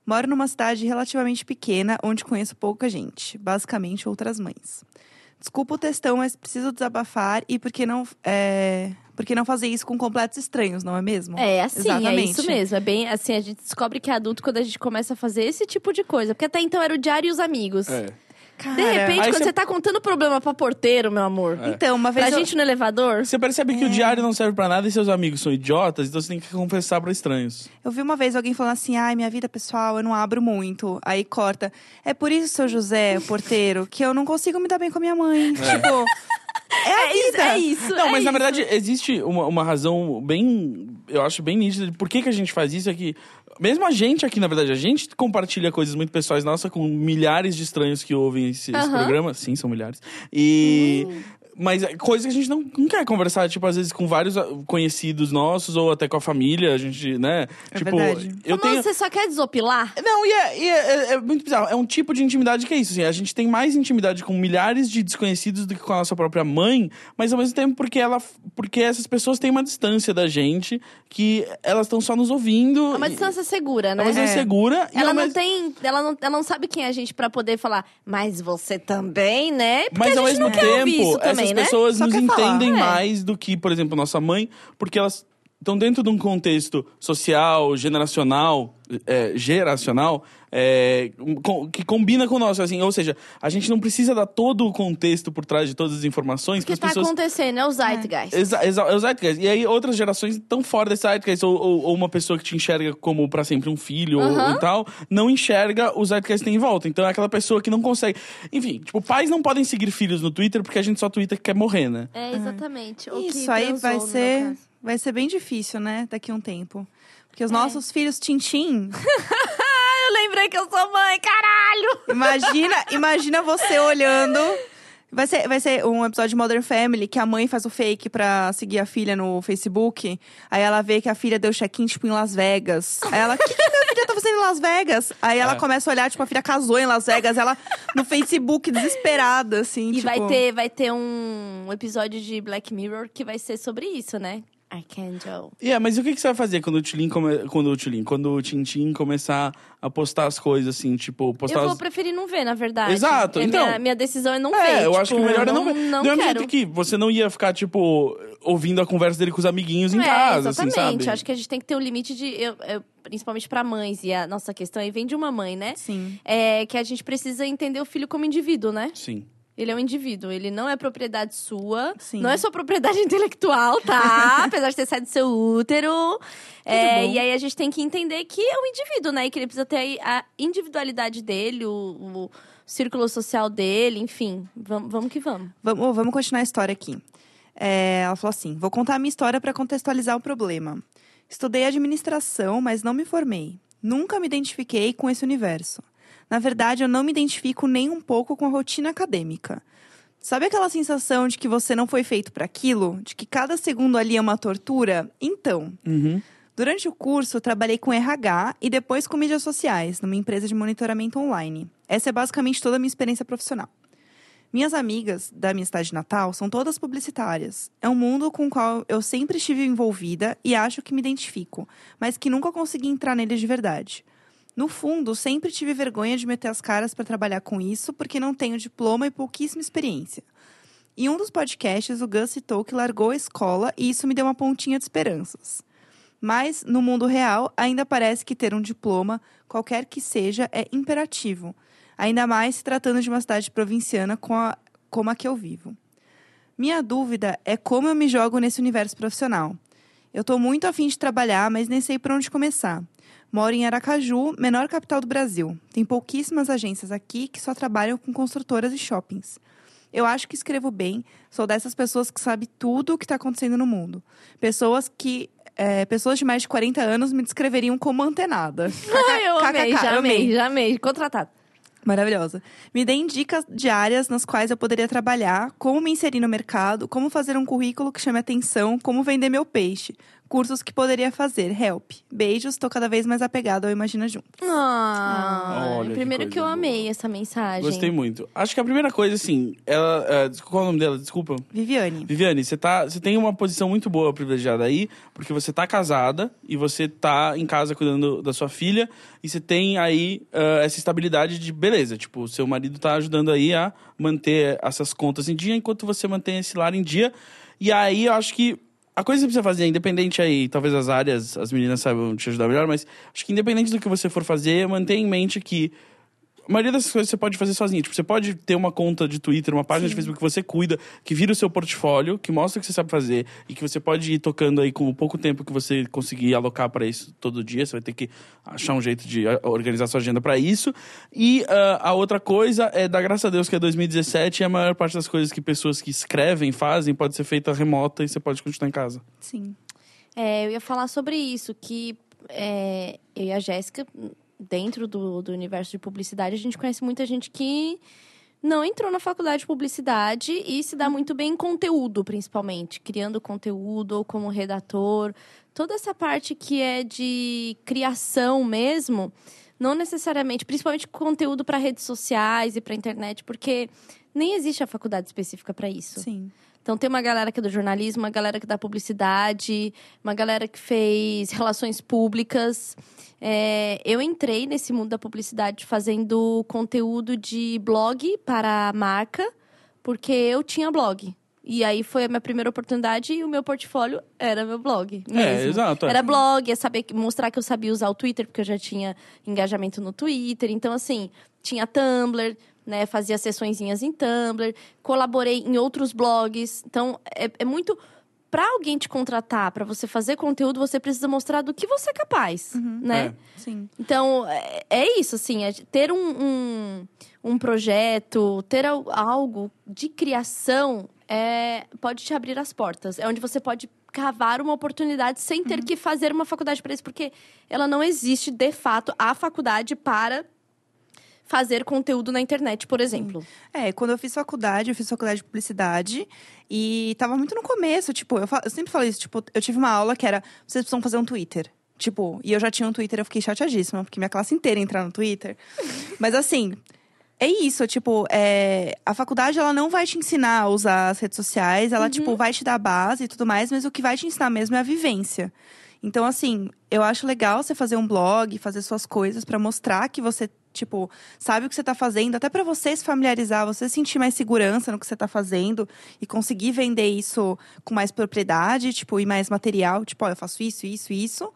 Moro numa cidade relativamente pequena, onde conheço pouca gente, basicamente outras mães. Desculpa o textão, mas preciso desabafar e por que não, é... por que não fazer isso com completos estranhos, não é mesmo? É, assim, é Exatamente. isso mesmo. É bem assim, a gente descobre que é adulto quando a gente começa a fazer esse tipo de coisa. Porque até então era o diário e os amigos. É. Cara, De repente, Aí quando você- você... tá contando problema pra porteiro, meu amor, É. Então, uma vez pra eu- gente no elevador, Você percebe É. que o diário não serve pra nada e seus amigos são idiotas, então você tem que confessar pra estranhos. Eu vi uma vez alguém falando assim: ai, minha vida pessoal, eu não abro muito. Aí corta. É por isso, seu José, porteiro, que eu não consigo me dar bem com a minha mãe. Tipo, é a É isso, vida. é isso. Não, é mas na isso. verdade existe uma, uma razão bem, eu acho bem nítida de por que, que a gente faz isso. É que, mesmo a gente aqui, na verdade, a gente compartilha coisas muito pessoais nossa com milhares de estranhos que ouvem esse, esse Aham. Hum. programa. Sim, são milhares. E. Mas é coisa que a gente não, não quer conversar, tipo, às vezes com vários ah, conhecidos nossos ou até com a família, a gente, né? É tipo, verdade. eu Como tenho. você só quer desopilar? Não, e, é, e é- é- é muito bizarro. É um tipo de intimidade que é isso. Assim, a gente tem mais intimidade com milhares de desconhecidos do que com a nossa própria mãe, mas ao mesmo tempo porque, ela, porque essas pessoas têm uma distância da gente que elas estão só nos ouvindo. É uma e- distância segura, é né? uma distância segura. e Ela ao não mes- tem. Ela não, ela não sabe quem é a gente pra poder falar, mas você também, né? Porque Mas a ao gente mesmo não quer ouvir tempo, isso essas também, né? pessoas Só nos quer falar. entendem É. mais do que, por exemplo, nossa mãe, porque elas estão dentro de um contexto social, generacional, é, geracional, é, um, com- que combina com o nosso. Assim, ou seja, a gente não precisa dar todo o contexto por trás de todas as informações O que as tá pessoas. acontecendo é o Zeitgeist. Exa, exa, é o zeitgeist. E aí outras gerações estão fora desse zeitgeist. Ou, ou, ou uma pessoa que te enxerga como pra sempre um filho ou- Aham. ou tal, não enxerga o zeitgeist que tem em volta. Então é aquela pessoa que não consegue... Enfim, tipo, pais não podem seguir filhos no Twitter porque a gente só Twitter que quer morrer, né? É, exatamente. (laughs) O que Isso aí transou, vai no meu ser, caso. vai ser bem difícil, né? Daqui a um tempo. Porque os É. nossos filhos Tintim, Eu lembrei que eu sou mãe, caralho! imagina, imagina você olhando. Vai ser, vai ser um episódio de Modern Family que a mãe faz o fake pra seguir a filha no Facebook. Aí ela vê que a filha deu check-in, tipo, em Las Vegas. Aí ela, o que, que a minha filha tá fazendo em Las Vegas? Aí ela É. começa a olhar, tipo, a filha casou em Las Vegas. Ela no Facebook, desesperada, assim. E tipo, vai, ter, vai ter um episódio de Black Mirror que vai ser sobre isso, né? Archangel. E é, mas o que, que você vai fazer quando o Tilin... Come... Quando o Tilin... Quando o Tintin começar a postar as coisas, assim, tipo... Postar Eu vou as- preferir não ver, na verdade. Exato, É, então. Minha, minha decisão é não ver. É, eu tipo, acho que o melhor é não ver. Não, Do mesmo quero. jeito que você não ia ficar, tipo, ouvindo a conversa dele com os amiguinhos em é, casa, assim, exatamente. sabe? Eu acho que a gente tem que ter um limite de. Eu, eu- principalmente pra mães, e a nossa questão aí vem de uma mãe, né? Sim. É que a gente precisa entender o filho como indivíduo, né? Sim. Ele é um indivíduo, ele não é propriedade sua, Sim. não é sua propriedade (laughs) intelectual, tá? Apesar de ter saído do seu útero. É, bom. e aí a gente tem que entender que é um indivíduo, né? E que ele precisa ter a individualidade dele, o, o círculo social dele, enfim. Vamos vamos que vamos. Vamos, oh, vamos continuar a história aqui. É, ela falou assim: vou contar a minha história para contextualizar o problema. Estudei administração, mas não me formei. Nunca me identifiquei com esse universo. Na verdade, eu não me identifico nem um pouco com a rotina acadêmica. Sabe aquela sensação de que você não foi feito para aquilo? De que cada segundo ali é uma tortura? Então, Uhum. Durante o curso, eu trabalhei com RH e depois com mídias sociais, numa empresa de monitoramento online. Essa é basicamente toda a minha experiência profissional. Minhas amigas da minha cidade natal são todas publicitárias. É um mundo com o qual eu sempre estive envolvida e acho que me identifico, mas que nunca consegui entrar nele de verdade. No fundo, sempre tive vergonha de meter as caras para trabalhar com isso porque não tenho diploma e pouquíssima experiência. Em um dos podcasts, o Gus citou que largou a escola e isso me deu uma pontinha de esperanças. Mas, no mundo real, ainda parece que ter um diploma, qualquer que seja, é imperativo. Ainda mais se tratando de uma cidade provinciana com a- como a que eu vivo. Minha dúvida é como eu me jogo nesse universo profissional. Eu estou muito afim de trabalhar, mas nem sei por onde começar. Moro em Aracaju, menor capital do Brasil. Tem pouquíssimas agências aqui que só trabalham com construtoras e shoppings. Eu acho que escrevo bem, sou dessas pessoas que sabe tudo o que está acontecendo no mundo. Pessoas que. eh, pessoas de mais de 40 anos me descreveriam como antenada. (laughs) Ai, eu amei, KKK, já amei, amei. já amei. Contratado. Maravilhosa. Me deem dicas de áreas nas quais eu poderia trabalhar, como me inserir no mercado, como fazer um currículo que chame atenção, como vender meu peixe. Cursos que poderia fazer. Help. Beijos, tô cada vez mais apegada ao Imagina Junto. Ah, Olha que primeiro que, coisa eu boa. amei essa mensagem. Gostei muito. Acho que a primeira coisa, assim, ela. é, qual é o nome dela? Desculpa. Viviane. Viviane, você tá, você tem uma posição muito boa privilegiada aí, porque você tá casada e você tá em casa cuidando da sua filha e você tem aí ah, essa estabilidade de beleza, tipo, seu marido tá ajudando aí a manter essas contas em dia enquanto você mantém esse lar em dia. E aí eu acho que a coisa que você precisa fazer, independente aí, talvez as áreas, as meninas saibam te ajudar melhor, mas acho que independente do que você for fazer, mantenha em mente que a maioria dessas coisas você pode fazer sozinho. Tipo, você pode ter uma conta de Twitter, uma página de Facebook que você cuida, que vira o seu portfólio, que mostra o que você sabe fazer e que você pode ir tocando aí com o pouco tempo que você conseguir alocar para isso todo dia. Você vai ter que achar um jeito de ah, organizar sua agenda para isso. E ah, a outra coisa é dar graças a Deus que é 2017 e a maior parte das coisas que pessoas que escrevem fazem pode ser feita remota e você pode continuar em casa. Sim. É, eu ia falar sobre isso, que é, eu e a Jéssica, dentro do, do universo de publicidade, a gente conhece muita gente que não entrou na faculdade de publicidade e se dá muito bem em conteúdo, principalmente, criando conteúdo ou como redator. Toda essa parte que é de criação mesmo, não necessariamente, principalmente conteúdo para redes sociais e para internet, porque nem existe a faculdade específica para isso. Sim. Então tem uma galera que é do jornalismo, uma galera que é da publicidade, uma galera que fez relações públicas. É, eu entrei nesse mundo da publicidade fazendo conteúdo de blog para a marca, porque eu tinha blog. E aí foi a minha primeira oportunidade e o meu portfólio era meu blog. É, mesmo. exato. é. Era blog, é saber, que- mostrar que eu sabia usar o Twitter, porque eu já tinha engajamento no Twitter. Então, assim, tinha Tumblr, né? Fazia sessõezinhas em Tumblr, colaborei em outros blogs. Então, é, é muito. Pra alguém te contratar, pra você fazer conteúdo, você precisa mostrar do que você é capaz, né? É. Sim. Então, é, é isso, assim, é de ter um, um, um projeto, ter al- algo de criação é, pode te abrir as portas. É onde você pode cavar uma oportunidade sem Uhum. ter que fazer uma faculdade para isso, porque ela não existe, de fato, a faculdade para fazer conteúdo na internet, por exemplo. É, quando eu fiz faculdade, eu fiz faculdade de publicidade e tava muito no começo, tipo, eu, fa- eu sempre falo isso, tipo, eu tive uma aula que era, vocês precisam fazer um Twitter. Tipo, e eu já tinha um Twitter, eu fiquei chateadíssima, porque minha classe inteira ia entrar no Twitter. Mas assim, é isso, tipo, é, a faculdade ela não vai te ensinar a usar as redes sociais, ela, tipo, vai te dar a base e tudo mais, mas o que vai te ensinar mesmo é a vivência. Então, assim, eu acho legal você fazer um blog, fazer suas coisas pra mostrar que você, tipo, sabe o que você tá fazendo, até pra você se familiarizar, você sentir mais segurança no que você tá fazendo e conseguir vender isso com mais propriedade, tipo, e mais material, tipo, ó, eu faço isso, isso, isso.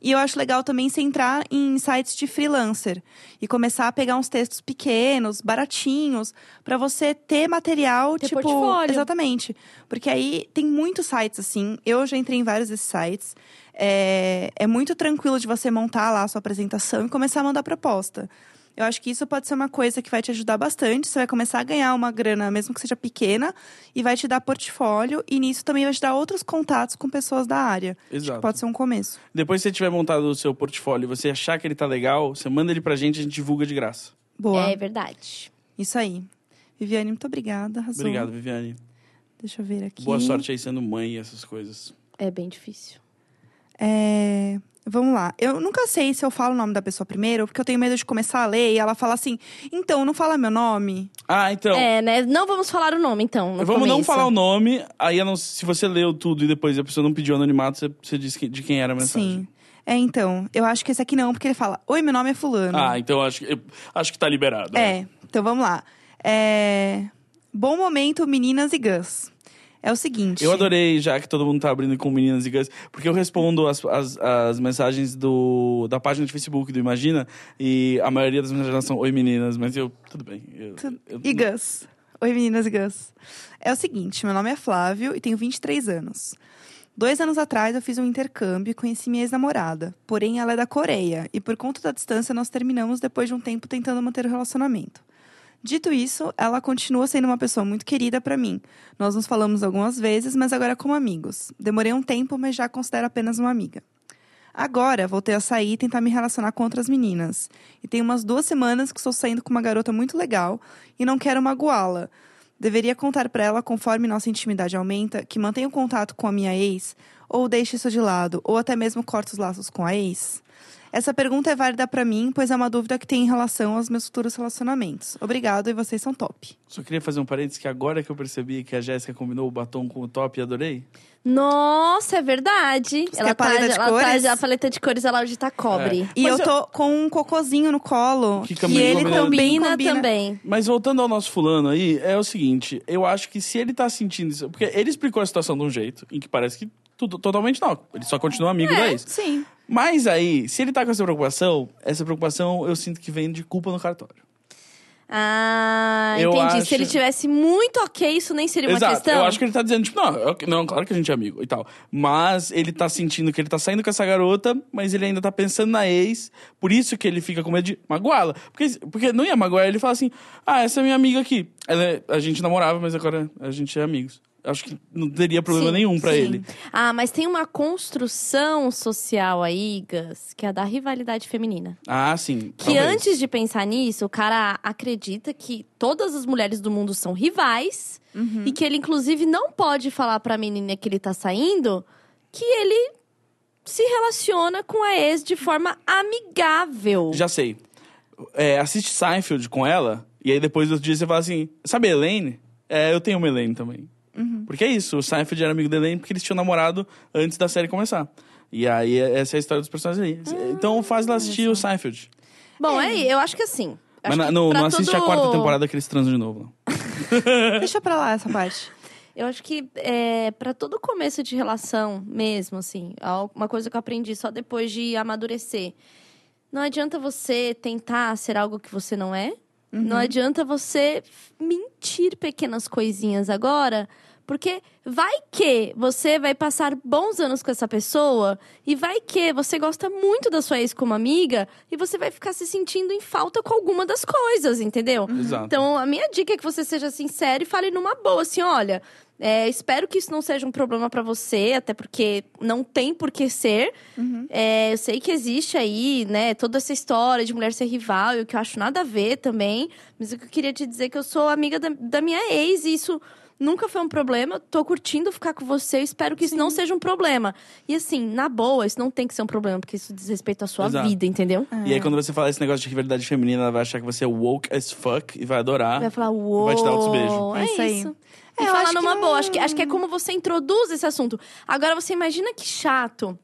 E eu acho legal também você entrar em sites de freelancer e começar a pegar uns textos pequenos, baratinhos, pra você ter material, Ter tipo, portfólio. exatamente. Porque aí tem muitos sites assim. Eu já entrei em vários desses sites. É, é muito tranquilo de você montar lá a sua apresentação e começar a mandar proposta. Eu acho que isso pode ser uma coisa que vai te ajudar bastante. Você vai começar a ganhar uma grana, mesmo que seja pequena, e vai te dar portfólio. E nisso também vai te dar outros contatos com pessoas da área. Exato. Pode ser um começo. Depois que você tiver montado o seu portfólio e você achar que ele tá legal, você manda ele pra gente, a gente divulga de graça. Boa. É verdade. Isso aí. Viviane, muito obrigada. Arrasou. Obrigado, Viviane. Deixa eu ver aqui. Boa sorte aí sendo mãe e essas coisas. É bem difícil. É, Vamos lá. Eu nunca sei se eu falo o nome da pessoa primeiro, porque eu tenho medo de começar a ler e ela fala assim: então, não fala meu nome. Ah, então. É, né? Não vamos falar o nome, então. no Vamos não começo. um falar o nome, aí a não- se você leu tudo e depois a pessoa não pediu anonimato, você, você diz que- de quem era a mensagem. Sim. É, então. Eu acho que esse aqui não, porque ele fala: Oi, meu nome é Fulano. Ah, então acho, que- eu acho que tá liberado. né? É, então vamos lá. É, Bom momento, meninas e gãs. É o seguinte. Eu adorei, já que todo mundo tá abrindo com meninas e gãs, porque eu respondo as, as, as mensagens do, da página de Facebook do Imagina, e a maioria das mensagens são oi meninas, mas eu, tudo bem. Eu, eu- E Gus. Oi, meninas e Gus. É o seguinte, meu nome é Flávio e tenho 23 anos. Dois anos atrás eu fiz um intercâmbio e conheci minha ex-namorada, porém ela é da Coreia e por conta da distância nós terminamos depois de um tempo tentando manter o relacionamento. Dito isso, ela continua sendo uma pessoa muito querida pra mim. Nós nos falamos algumas vezes, mas agora como amigos. Demorei um tempo, mas já a considero apenas uma amiga. Agora, voltei a sair e tentar me relacionar com outras meninas. E tem umas duas semanas que estou saindo com uma garota muito legal e não quero magoá-la. Deveria contar pra ela, conforme nossa intimidade aumenta, que mantenho contato com a minha ex, ou deixe isso de lado, ou até mesmo corto os laços com a ex? Essa pergunta é válida pra mim, pois é uma dúvida que tem em relação aos meus futuros relacionamentos. Obrigado e vocês são top. Só queria fazer um parênteses que agora que eu percebi que a Jéssica combinou o batom com o top e adorei. Nossa, é verdade. Você quer a paleta de ela cores? Tá, a paleta de cores ela hoje tá cobre. E Mas eu tô com um cocozinho no colo. Que Que, combina- ele combina- também Combina, combina. também. Mas voltando ao nosso fulano aí, é o seguinte, eu acho que se ele tá sentindo isso, porque ele explicou a situação de um jeito em que parece que tudo totalmente não, ele só continua amigo da ex. Sim. Mas aí, se ele tá com essa preocupação, essa preocupação eu sinto que vem de culpa no cartório. Ah, Eu entendi. acho- Se ele tivesse muito ok, isso nem seria uma Exato, questão. eu acho que ele tá dizendo, tipo, não, eu- não, claro que a gente é amigo e tal. Mas ele tá sentindo que ele tá saindo com essa garota, mas ele ainda tá pensando na ex, por isso que ele fica com medo de magoá-la. Porque, porque não ia magoar, ele fala assim, ah, essa é minha amiga aqui. Ela é- a gente namorava, mas agora a gente é amigos. Acho que não teria problema Sim, nenhum pra sim. ele. Ah, mas tem uma construção social aí, Gus, que é a da rivalidade feminina. Ah, sim. Que talvez. antes de pensar nisso, o cara acredita que todas as mulheres do mundo são rivais Uhum. e que ele, inclusive, não pode falar pra menina que ele tá saindo que ele se relaciona com a ex de forma amigável. Já sei. É, assiste Seinfeld com ela, e aí depois do outro dia você fala assim: sabe, a Elaine? É, eu tenho uma Elaine também. Uhum. Porque é isso, o Seinfeld era amigo da Elaine porque eles tinham namorado antes da série começar. E aí é- essa é a história dos personagens ali. Ah, então faz ela assistir o Seinfeld. Bom, é, eu acho que assim. Mas acho na- que não, pra não assiste a todo- quarta temporada que eles transam de novo. não. Deixa pra lá essa parte. Eu acho que é, para todo começo de relação mesmo, assim, al- uma coisa que eu aprendi só depois de amadurecer. Não adianta você tentar ser algo que você não é. Não adianta você f- mentir pequenas coisinhas agora, porque vai que você vai passar bons anos com essa pessoa e vai que você gosta muito da sua ex como amiga e você vai ficar se sentindo em falta com alguma das coisas, entendeu? Exato. Então, a minha dica é que você seja sincero e fale numa boa, assim, olha, é, espero que isso não seja um problema pra você, até porque não tem por que ser. Uhum. É, eu sei que existe aí, né, toda essa história de mulher ser rival, e o que eu acho nada a ver também. Mas o que eu queria te dizer é que eu sou amiga da, da minha ex, e isso nunca foi um problema. Eu tô curtindo ficar com você, eu espero que isso não seja um problema. E assim, na boa, isso não tem que ser um problema, porque isso diz respeito à sua Exato. vida, entendeu? E aí quando você falar esse negócio de rivalidade feminina, ela vai achar que você é woke as fuck e vai adorar. Vai falar, uou. Ah. Vai te dar outros beijos. É É isso isso. aí. E É, eu falar acho que numa não- boa. Acho que, acho que é como você introduz esse assunto. Agora, você imagina que chato.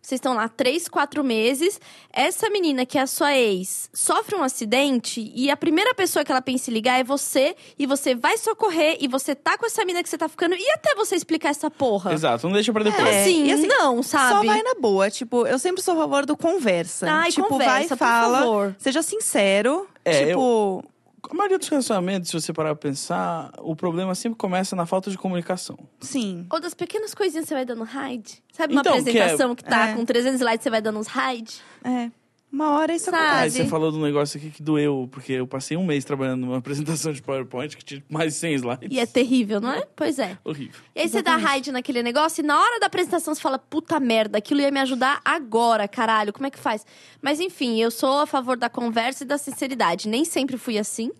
Vocês estão lá três, quatro meses. Essa menina que é a sua ex sofre um acidente e a primeira pessoa que ela pensa em ligar é você. E você vai socorrer e você tá com essa menina que você tá ficando. E até você explicar essa porra. Exato, não deixa pra depois. É. Assim, e assim, não, Só sabe? vai na boa. Tipo, eu sempre sou a favor do conversa. Ai, tipo, vai conversa, e por fala. favor. Seja sincero. É, tipo, A maioria dos relacionamentos, se você parar pra pensar, o problema sempre começa na falta de comunicação. sim. Ou das pequenas coisinhas você vai dando raid. Sabe uma Então, que é- apresentação que, tá É. com 300 slides, você vai dando uns raid? É. Uma hora isso Sabe? Ah, e acontece. você falou de um negócio aqui que doeu, porque eu passei um mês trabalhando numa (laughs) apresentação de PowerPoint que tinha mais 100 slides. E é terrível, não é? Pois é. Horrível. E aí você dá raid naquele negócio e na hora da apresentação você fala, puta merda, aquilo ia me ajudar agora, caralho, como é que faz? Mas enfim, eu sou a favor da conversa e da sinceridade. Nem sempre fui assim.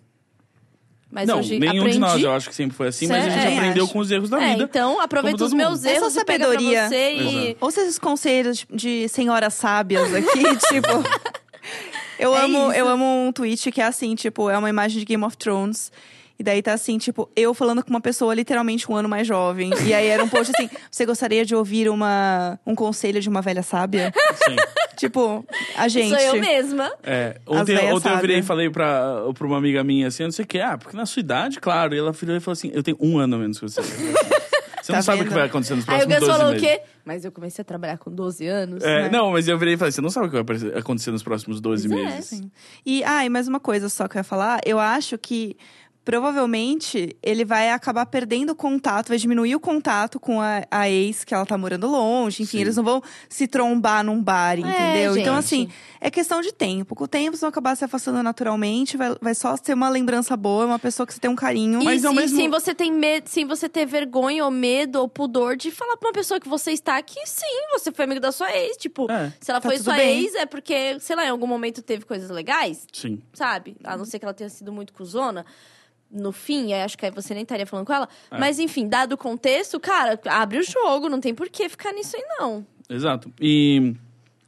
Mas não, hoje nenhum aprendi. de nós, eu acho que sempre foi assim, mas a Sério? gente É, aprendeu acho. com os erros da é, vida. então aproveita todo os meus mundo. É Essa erros e pega pra sabedoria. você e... Exato. Ou seja, os conselhos de- de senhoras sábias aqui, (laughs) tipo. Eu É amo, isso. é eu amo um tweet que é assim, tipo, é uma imagem de Game of Thrones. E daí tá assim, tipo, eu falando com uma pessoa literalmente um ano mais jovem. E aí era um post assim: (laughs) você gostaria de ouvir uma, um conselho de uma velha sábia? Sim. tipo, a gente. Sou eu mesma. É, As ontem, velhas ontem eu virei e sabem. falei pra, pra uma amiga minha assim, eu não sei o que, ah, porque na sua idade, claro. E ela virou e falou assim: eu tenho um ano a menos (laughs) que você. Você Tá não sabe o vendo? que vai acontecer nos Aí o próximos Gus 12 falou o meses. quê? Mas eu comecei a trabalhar com 12 anos. É, né? Não, mas eu virei e falei: você não sabe o que vai aparecer- acontecer nos próximos 12 Pois é. meses. Sim. E, ah, e mais uma coisa só que eu ia falar. Eu acho que provavelmente ele vai acabar perdendo o contato, vai diminuir o contato com a, a ex que ela tá morando longe. Enfim, Sim. eles não vão se trombar num bar, entendeu? Então, É, gente. assim, é questão de tempo. Com o tempo, eles vão acabar se afastando naturalmente. Vai, vai só ser uma lembrança boa, uma pessoa que você tem um carinho. E, Mas ao se- mesmo- sem você ter medo, sem você ter vergonha ou medo ou pudor de falar pra uma pessoa que você está aqui, sim, você foi amigo da sua ex. Tipo, É. se ela Tá foi tudo sua bem. ex, é porque, sei lá, em algum momento teve coisas legais, Sim. sabe? A não ser que ela tenha sido muito cuzona. No fim, aí acho que aí você nem estaria falando com ela. É. Mas enfim, dado o contexto, cara, abre o jogo, não tem por que ficar nisso aí, não. Exato. E.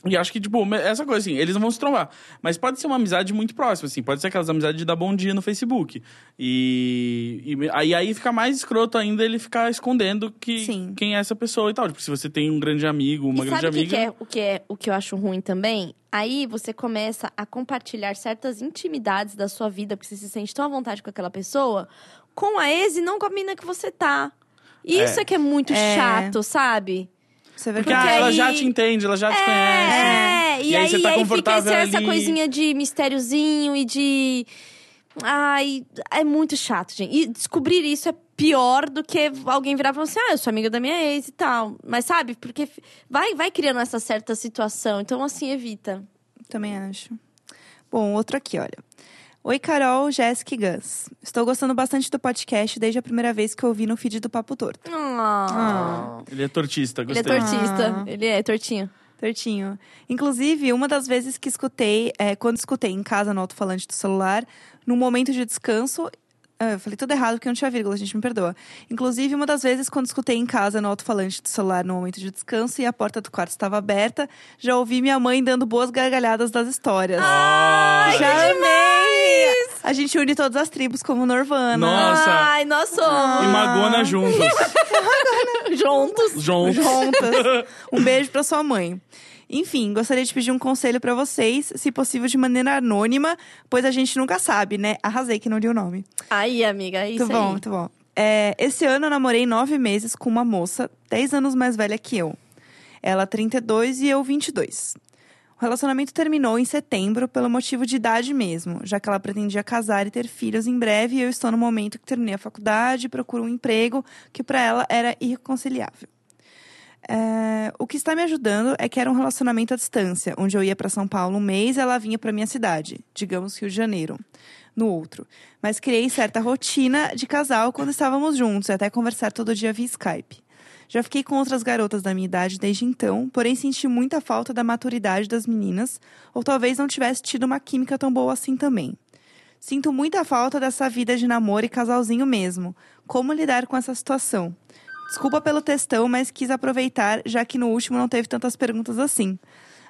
E acho que, tipo, me- essa coisa assim, eles não vão se trombar. Mas pode ser uma amizade muito próxima, assim. Pode ser aquelas amizades de dar bom dia no Facebook. E, e me- aí, aí fica mais escroto ainda ele ficar escondendo que, Sim. quem é essa pessoa e tal. Tipo, se você tem um grande amigo, uma e grande sabe o que, amiga... que é, o que é o que eu acho ruim também? Aí você começa a compartilhar certas intimidades da sua vida, porque você se sente tão à vontade com aquela pessoa, com a ex e não com a mina que você tá. Isso É. é, que é muito É. chato, sabe? Você vai é Porque, Porque ah, ela aí- já te entende, ela já te conhece. É, e, E aí aí, você tá aí fica confortável essa, essa ali. coisinha de mistériozinho e de. Ai, é muito chato, gente. E descobrir isso é pior do que alguém virar e falar assim: ah, eu sou amiga da minha ex e tal. Mas sabe, porque fi- vai, vai criando essa certa situação. Então, assim, evita. Também acho. Bom, outro aqui, olha. Oi, Carol, Jéssica e Gus. Estou gostando bastante do podcast desde a primeira vez que eu ouvi no feed do Papo Torto. Ah. Ele é tortista, Ele gostei. é tortista. Ah. Ele é tortinho. Certinho. Inclusive, uma das vezes que escutei, é, quando escutei em casa no alto-falante do celular, num momento de descanso. ah, Eu falei tudo errado porque não tinha vírgula, a gente me perdoa. Inclusive, uma das vezes, quando escutei em casa no alto-falante do celular no momento de descanso e a porta do quarto estava aberta, já ouvi minha mãe dando boas gargalhadas das histórias. Ai, já amei! A gente une todas as tribos como Norvana. Nossa. Ai, nós E somos. Magona (laughs) juntos. Ah. Juntos. juntos. juntas. Um beijo pra sua mãe. Enfim, gostaria de pedir um conselho pra vocês, se possível de maneira anônima, pois a gente nunca sabe, né? Arrasei que não li o nome. Aí, amiga, é isso muito bom, aí. muito bom. É, esse ano eu namorei nove meses com uma moça, dez anos mais velha que eu. Ela 32 e eu 22. O relacionamento terminou em setembro pelo motivo de idade mesmo, já que ela pretendia casar e ter filhos em breve e eu estou no momento que terminei a faculdade e procuro um emprego que para ela era irreconciliável. É, o que está me ajudando é que era um relacionamento à distância, onde eu ia para São Paulo um mês e ela vinha para minha cidade, digamos Rio de Janeiro, no outro. Mas criei certa rotina de casal quando estávamos juntos e até conversar todo dia via Skype. Já fiquei com outras garotas da minha idade desde então, porém senti muita falta da maturidade das meninas, ou talvez não tivesse tido uma química tão boa assim também. Sinto muita falta dessa vida de namoro e casalzinho mesmo. Como lidar com essa situação? Desculpa pelo textão, mas quis aproveitar, já que no último não teve tantas perguntas assim.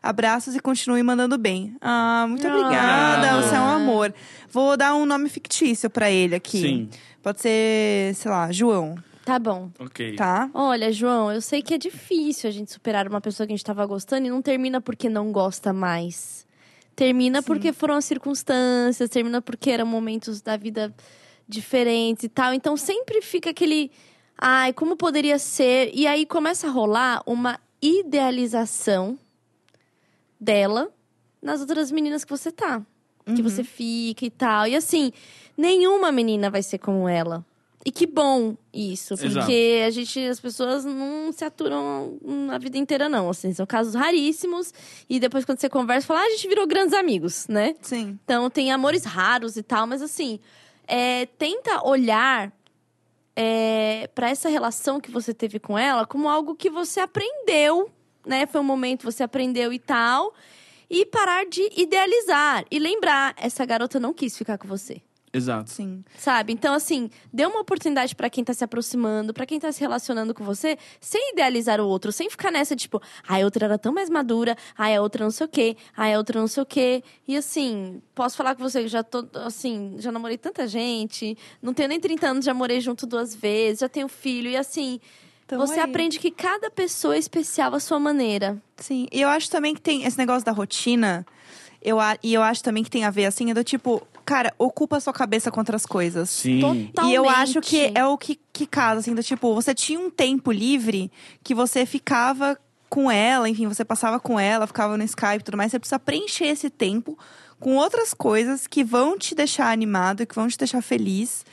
Abraços e continue mandando bem. Ah, muito Ah. obrigada, você é um amor. Vou dar um nome fictício pra ele aqui. Sim, Pode ser, sei lá, João, Tá bom. ok. tá? Olha, João, eu sei que é difícil a gente superar uma pessoa que a gente tava gostando e não termina porque não gosta mais. Termina porque foram as circunstâncias, termina porque eram momentos da vida diferentes e tal. Então sempre fica aquele. Ai, como poderia ser? E aí começa a rolar uma idealização dela nas outras meninas que você tá. Que você fica e tal. E assim, nenhuma menina vai ser como ela. E que bom isso, porque Exato. a gente, as pessoas não se aturam a vida inteira, não. Assim, são casos raríssimos. E depois, quando você conversa, fala, ah, a gente virou grandes amigos, né? Sim. Então, tem amores raros e tal, mas assim, é, tenta olhar é, para essa relação que você teve com ela como algo que você aprendeu, né? Foi um momento que você aprendeu e tal. E parar de idealizar. E lembrar, essa garota não quis ficar com você. Exato. Sim. Sabe? Então, assim, dê uma oportunidade pra quem tá se aproximando, pra quem tá se relacionando com você, sem idealizar o outro, sem ficar nessa, tipo, ai, a outra era tão mais madura, ai, a outra não sei o quê, ai, a outra não sei o quê. E assim, posso falar com você, eu já tô, assim, já namorei tanta gente, não tenho nem 30 anos, já morei junto duas vezes, já tenho filho, e assim, Então, aí. você aprende que cada pessoa é especial à sua maneira. Sim, e eu acho também que tem esse negócio da rotina. Eu, a- e eu acho também que tem a ver, assim, é do tipo, cara, ocupa a sua cabeça com outras coisas. Sim. Totalmente. E eu acho que é o que, que casa, assim, do tipo, você tinha um tempo livre que você ficava com ela, enfim, você passava com ela, ficava no Skype e tudo mais. Você precisa preencher esse tempo com outras coisas que vão te deixar animado, que vão te deixar feliz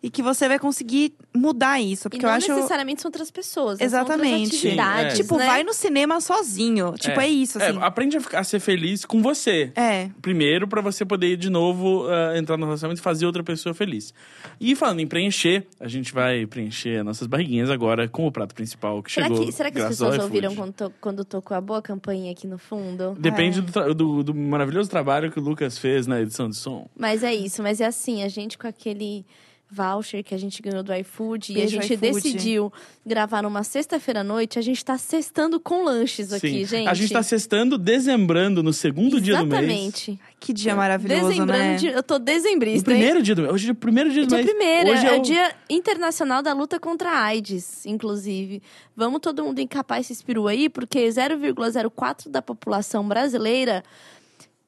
e que você vai conseguir mudar isso. E Porque não eu acho. necessariamente são outras pessoas. né? São Exatamente. outras Sim, é. atividades, Tipo, né? vai no cinema sozinho. Tipo, é, isso, assim. É, aprende a, ficar- a ser feliz com você. É. Primeiro, pra você poder de novo ah, entrar no relacionamento e fazer outra pessoa feliz. E falando em preencher, a gente vai preencher nossas barriguinhas agora com o prato principal que Será chegou. que, será que as graças ao pessoas iFood. ouviram quando, to- quando tocou a boa campainha aqui no fundo? Depende É. do, tra- do- do maravilhoso trabalho que o Lucas fez na edição de som. Mas é isso, mas é assim, a gente com aquele voucher que a gente ganhou do iFood Beijo, e a gente iFood. decidiu gravar numa sexta-feira à noite, a gente tá sextando com lanches aqui, gente. A gente tá sextando, dezembrando no segundo dia do mês. Exatamente. Que dia maravilhoso, Dezembrando, né? de- eu tô O dezembrista, hein? primeiro dia do mês. Hoje é o primeiro dia do Dia mês. primeiro, Hoje é, o- o Dia Internacional da Luta contra a AIDS, inclusive. Vamos todo mundo encapar esse espiru aí, porque 0,04 da população brasileira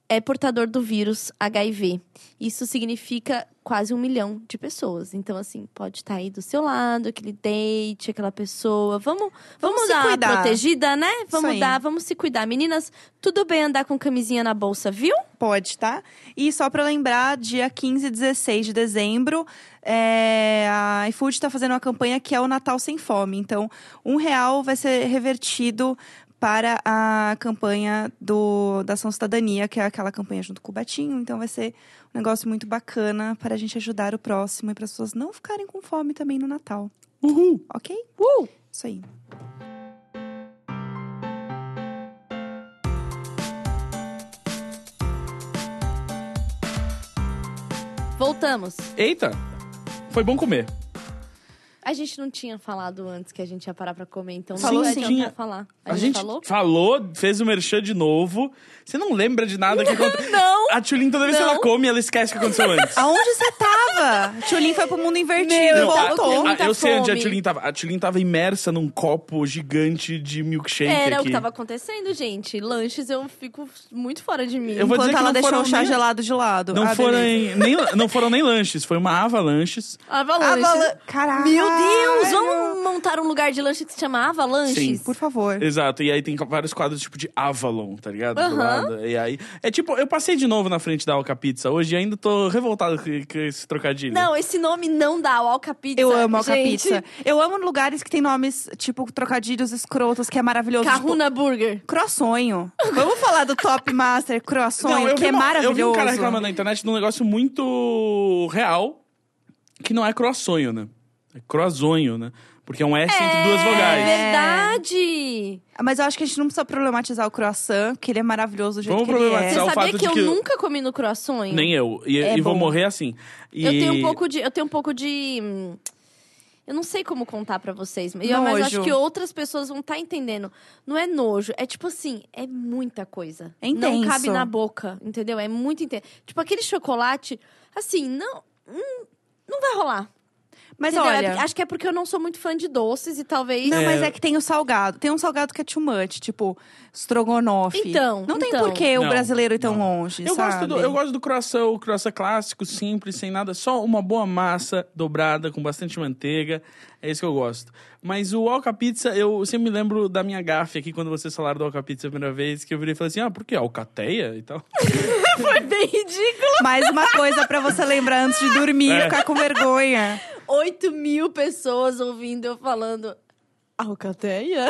é portador do vírus HIV. Isso significa quase um milhão de pessoas. Então, assim, pode estar aí do seu lado, aquele date, aquela pessoa. Vamos, vamos, Vamos se dar uma cuidar. protegida, né? Vamos aí. dar, vamos se cuidar. Meninas, tudo bem andar com camisinha na bolsa, viu? Pode, tá? E só pra lembrar, dia 15 e 16 de dezembro, é, a iFood tá fazendo uma campanha que é o Natal Sem Fome. Então, um real vai ser revertido para a campanha do, da Ação Cidadania, que é aquela campanha junto com o Betinho. Então, vai ser um negócio muito bacana para a gente ajudar o próximo e para as pessoas não ficarem com fome também no Natal. Uhul! Ok? Uh! Isso aí. Voltamos. Eita! Foi bom comer. A gente não tinha falado antes que a gente ia parar pra comer, então Falou não vai sim. adiantar falar. A, gente, falou? fez o merchan de novo. Você não lembra de nada que aconteceu. Não! A Tulin, toda vez que Não. ela come, ela esquece o que aconteceu (laughs) antes. Aonde você tava? Tchulin foi pro mundo invertido e Meu, a- voltou. a- muita eu sei onde a fome. Tulin tava. A Tulin tava imersa num copo gigante de milkshake Era aqui. o que tava acontecendo, gente. Lanches eu fico muito fora de mim. Eu vou dizer Enquanto que ela não deixou foram o chá nem- gelado de lado. Não, Ah, foram beleza. em- nem, não foram nem lanches, foi uma Ava (laughs) Lanches. Ah, Avalanche. Caralho! Meu Deus! Vamos montar um lugar de lanche que se chama Sim. Avalanches? Por favor. Exato, e aí tem vários quadros tipo de Avalon, tá ligado? Do Aham. lado. E aí. É tipo, eu passei de novo na frente da Alca Pizza hoje e ainda tô revoltado com com esse trocadilho. Não, esse nome não dá, o Alcapizza. Eu amo Alca gente. Pizza. Eu amo lugares que tem nomes, tipo, trocadilhos escrotos, que é maravilhoso. Carruna Burger. Tipo, croissonho. Vamos falar do Top Master Croissonho, eu que vi é uma- maravilhoso. Eu vi um cara reclamando na internet de um negócio muito real, que não é croassonho, né? É croazonho, né? Porque é um S entre duas É vogais. verdade! Mas eu acho que a gente não precisa problematizar o croissant, que ele é maravilhoso do jeito Vamos que ele problematizar é. o Você sabia fato de que, eu que- nunca comi no croissant? Nem eu. E, É e vou bom. morrer assim. E- Eu tenho um pouco de. Eu tenho um pouco de. hum, Eu não sei como contar pra vocês, mas eu mas eu acho Nojo. que outras pessoas vão estar entendendo. Não é nojo, é tipo assim, é muita coisa. É Não intenso. cabe na boca, entendeu? É muito intenso. Tipo aquele chocolate, assim, não, hum, não vai rolar. Mas entendeu? É olha... porque- acho que é porque eu não sou muito fã de doces e talvez Não, É. mas é que tem o salgado. Tem um salgado que é too much, tipo estrogonofe. Então, Não tem então. por que o Não, brasileiro ir tão não. longe, Eu sabe? gosto, do, eu gosto do croissant, o croissant clássico, simples, sem nada. Só uma boa massa dobrada, com bastante manteiga. É isso que eu gosto. Mas o alcapizza, eu sempre me lembro da minha gafe aqui, quando vocês falaram do alcapizza a primeira vez, que eu virei e falei assim, ah, por que alcateia e tal? (laughs) (laughs) é foi bem ridículo. Mais uma coisa pra você lembrar antes de dormir É. e ficar com vergonha. 8 mil pessoas ouvindo eu falando. Alcateia?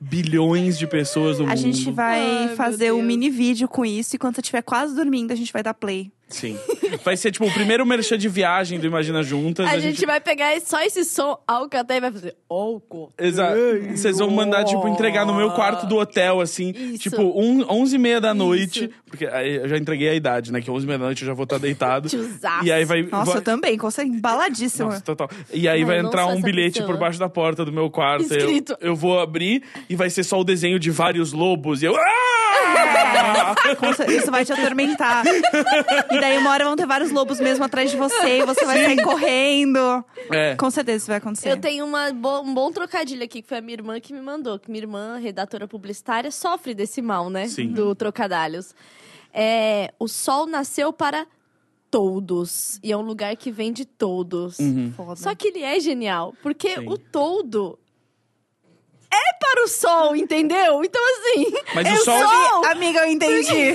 Bilhões de pessoas no A mundo. gente vai Hum. Ai, meu fazer um Deus. mini vídeo com isso e quando você estiver quase dormindo, a gente vai dar play. Sim. Vai ser, tipo, o primeiro merchan de viagem do Imagina Juntas. a, gente... vai pegar só esse som alcaté e vai fazer alco. tipo, Exa- Vocês vão mandar, tipo, entregar no meu quarto do hotel, assim. Isso. Tipo, um, 11 e meia da noite. Isso. Porque aí eu já entreguei a idade, né? Que 11 e meia da noite eu já vou estar deitado. (laughs) Tiozaço. e aí vai... Nossa, vai- eu assim, também, consegue embaladíssima. Nossa, total. E aí Ai, vai eu não entrar sou um essa bilhete pessoa. por baixo da porta do meu quarto. Eu- Escrito. Eu, vou abrir e vai ser só o desenho de vários lobos. E eu. Ah! Com cer- Isso vai te atormentar. E daí uma hora vão ter vários lobos mesmo atrás de você e você vai sair correndo. É. Com certeza isso vai acontecer. Eu tenho uma bo- um bom trocadilho aqui, que foi a minha irmã que me mandou. Que minha irmã, redatora publicitária, sofre desse mal, né? Sim. Do trocadalhos. É, o sol nasceu para todos. E é um lugar que vende todos. Foda. Só que ele é genial, porque Uhum. Sim. o todo é para o sol, entendeu? Então, assim, (laughs) Mas o eu sol- sou- Amiga, eu (laughs) entendi.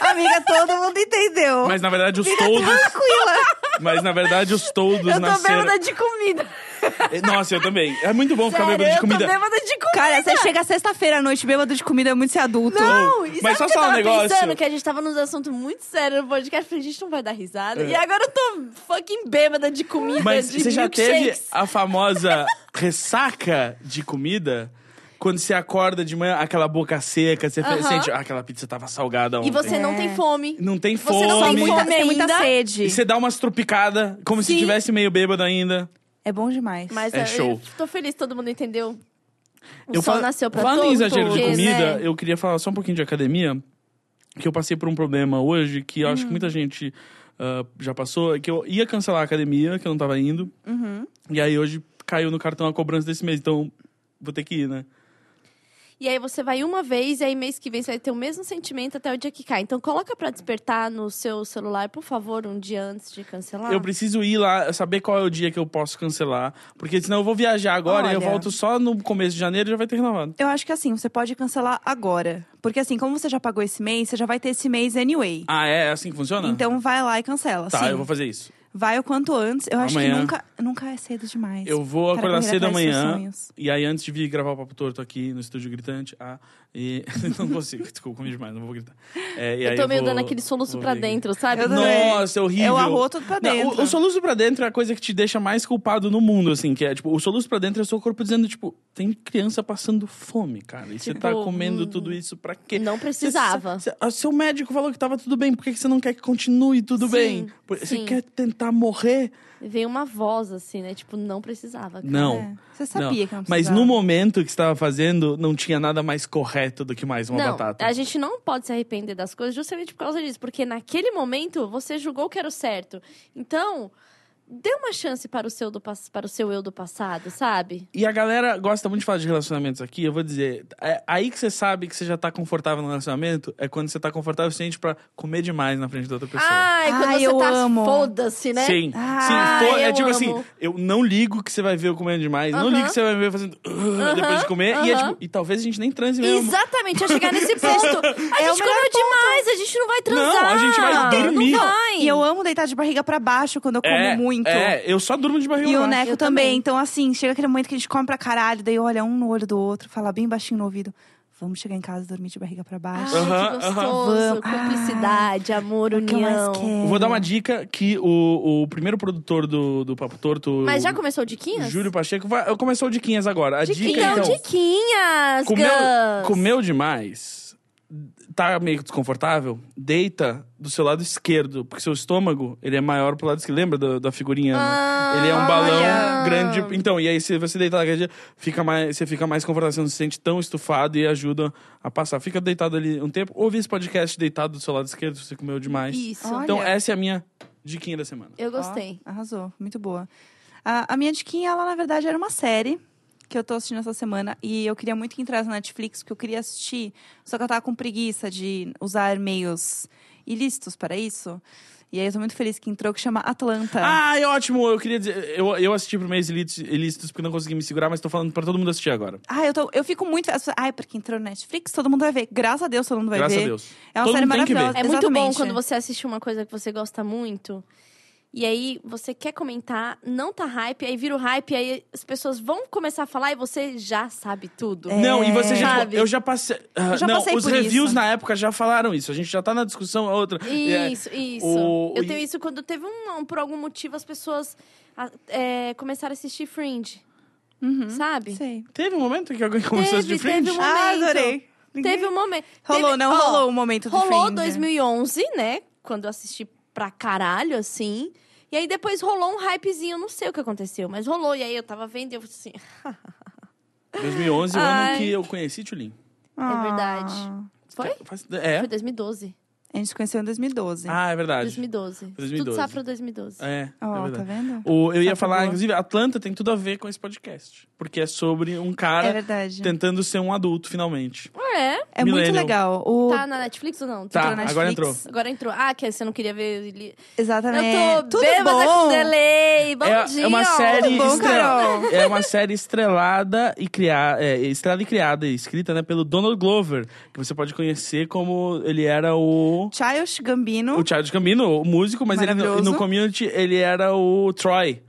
Amiga, todo mundo entendeu. Mas na verdade os todos. Tranquila. (laughs) Mas na verdade os todos eu tô nasceram. bêbada de comida. Nossa, eu também. É muito bom ficar Sério, bêbado de eu tô comida. bêbada de comida. Cara, você chega sexta-feira à noite bêbado de comida, é muito ser adulto. Não, e Mas sabe só o que eu falar um tava negócio. pensando? Que a gente tava nos assuntos muito sérios no podcast, falei, a gente não vai dar risada. E agora eu tô fucking bêbada de comida, É. Mas de você já teve milkshakes. a famosa ressaca de comida? Quando você acorda de manhã, aquela boca seca, você fe- Aham. sente, ah, aquela pizza tava salgada ontem. E você não É. tem fome. Não tem fome. Você não Tem Fome. muita, Fome tem muita ainda. sede. E você dá umas trupicadas, como se Sim. tivesse meio bêbado ainda. É bom demais. Mas É eu- show. eu tô feliz, todo mundo entendeu. O eu sol falo- nasceu pra Falando todos. em exagero de porque, comida, né? eu queria falar só um pouquinho de academia. Que eu passei por um problema hoje que eu acho Hum. que muita gente ah, já passou. É que eu ia cancelar a academia, que eu não tava indo. Uhum. E aí hoje caiu no cartão a cobrança desse mês. Então vou ter que ir, né? E aí você vai uma vez, e aí mês que vem você vai ter o mesmo sentimento até o dia que cai. Então coloca pra despertar no seu celular, por favor, um dia antes de cancelar. Eu preciso ir lá, saber qual é o dia que eu posso cancelar. Porque senão eu vou viajar agora e eu Olha. volto só no começo de janeiro e já vai ter renovado. Eu acho que assim, você pode cancelar agora. Porque assim, como você já pagou esse mês, você já vai ter esse mês anyway. Ah, é? É assim que funciona? Então assim, vai lá e cancela. Tá, sim. eu vou fazer isso. Vai o quanto antes. Eu acho que Amanhã. nunca, nunca é cedo demais. Eu vou Cara, acordar correr cedo atrás dos seus amanhã. sonhos. E aí, antes de vir gravar o Papo Torto aqui no estúdio gritante, ah, e. (laughs) não consigo, desculpa, comi demais, não vou gritar. É, e Eu aí tô meio vou- dando aquele soluço vou pra ver. dentro, sabe? Eu também. Nossa, é horrível. É o arroto pra Não, dentro. o, o soluço pra dentro é a coisa que te deixa mais culpado no mundo, assim, que é tipo, o soluço pra dentro é o seu corpo dizendo, tipo, tem criança passando fome, cara. E você tá Tipo, comendo hum, tudo isso pra quê? Não precisava. Cê- cê- ah, seu médico falou que tava tudo bem, por que que você não quer que continue tudo Sim, bem? Por- Você sim. quer tentar morrer? Veio uma voz assim, né? Tipo, não precisava. cara. Não. É, Você sabia que não Mas precisava. no momento que estava fazendo, não tinha nada mais correto do que mais uma não, batata. a gente não pode se arrepender das coisas justamente por causa disso. Porque naquele momento você julgou que era o certo. Então, dê uma chance para o seu, do, pas- para o seu eu do passado, sabe? E a galera gosta muito de falar de relacionamentos aqui, eu vou dizer, é aí que você sabe que você já tá confortável no relacionamento, é quando você tá confortável o suficiente pra comer demais na frente da outra pessoa. Ai, quando Ai, você eu tá amo. foda-se, né? Sim. Ah, Sim, for- é eu tipo amo. assim, eu não ligo que você vai ver eu comendo demais, não Aham. ligo que você vai me ver fazendo "Ugh", depois de comer, e é aham. tipo, e talvez a gente nem transe mesmo. Exatamente, a chegar (laughs) nesse ponto. A É o gente melhor comeu demais, a gente não vai transar. a gente vai dormir. Não vai. E eu amo deitar de barriga pra baixo quando eu como é, muito. É, eu só durmo de barriga E o baixa. Neco Eu também. também. Então, assim, chega aquele momento que a gente come pra caralho, daí olha um no olho do outro, fala bem baixinho no ouvido. Vamos chegar em casa e dormir de barriga pra Ai, baixo. Aham, que aham. gostoso. Vamos. Ah, Cumplicidade, amor, O que eu mais união. quero? Vou dar uma dica que o, o primeiro produtor do, do Papo Torto, Mas já começou o Diquinhas? Júlio Pacheco, vai, começou o Diquinhas agora. A dica, Então, então, Diquinhas, comeu, Gus. comeu demais, tá meio desconfortável, deita do seu lado esquerdo, porque seu estômago, ele é maior pro lado esquerdo. Lembra da, da figurinha, né? Ah, Ele é um balão olha. grande. Então, e aí se você deitar naquele dia, fica mais, você fica mais confortável, você não se sente tão estufado e ajuda a passar. Fica deitado ali um tempo. Ouve esse podcast deitado do seu lado esquerdo, se você comeu demais. Isso. Olha. Então, essa é a minha diquinha da semana. Eu gostei. Ó, arrasou, muito boa. A, a minha diquinha, ela na verdade era uma série que eu tô assistindo essa semana e eu queria muito que entrasse na Netflix, porque eu queria assistir, só que eu tava com preguiça de usar meios ilícitos para isso. E aí eu tô muito feliz que entrou, que chama Atlanta. Ah, é ótimo. Eu queria dizer. Eu, eu assisti pro mês ilícitos, ilícitos porque não consegui me segurar, mas tô falando pra todo mundo assistir agora. Ah, eu, tô, eu fico muito. As pessoas, Ai, porque entrou no Netflix, todo mundo vai ver. Graças a Deus, todo mundo vai Graças ver. a Deus. É uma Todo série mundo tem que ver. maravilhosa. É muito bom Exatamente. quando você assiste uma coisa que você gosta muito E aí você quer comentar, não tá hype, aí vira o hype, aí as pessoas vão começar a falar e você já sabe tudo. Não, e você já. tipo, Sabe? eu já passei. ah, É, já não, passei os por reviews isso. na época já falaram isso. A gente já tá na discussão a outra. E é- Isso, isso. o- Eu e- tenho isso quando teve um, um- por algum motivo as pessoas ah, é, começaram a assistir Fringe, Uhum. sabe? Sei. Teve um momento que alguém começou Teve, de frente? teve um- Ah, momento. adorei. Teve um momento. Rolou, teve- não ó, rolou um o momento do Rolou Fringe. 2011, né? Quando eu assisti pra caralho, assim. E aí depois rolou um hypezinho, eu não sei o que aconteceu, mas rolou. E aí eu tava vendo e eu falei assim, 2011, o ano Ai. que eu conheci Tulin. Ah. É verdade. "Ah, foi? É. Foi 2012. A gente se conheceu em 2012. Ah, é verdade. 2012. 2012. Tudo safra 2012. É, Ó, é verdade. tá vendo? O, eu ia Só falar, boa. inclusive, Atlanta tem tudo a ver com esse podcast. Porque é sobre um É cara verdade. tentando ser um adulto, finalmente. É. É muito Millennial. legal. O... Tá na Netflix ou não? Tá, entrou na agora Netflix. entrou. Agora entrou. Ah, que você não queria ver. ele- Exatamente. Eu É. Tudo tô bêbada com bom? delay. Bom é, dia. é uma série Tudo bom, estrela- Carol? é uma série estrelada e criada, é, estrelada e criada e escrita, né, pelo Donald Glover, que você pode conhecer como ele era o Childish Gambino. o Charles Gambino, o músico, mas ele no, Maravilhoso. no Community ele era o Troy.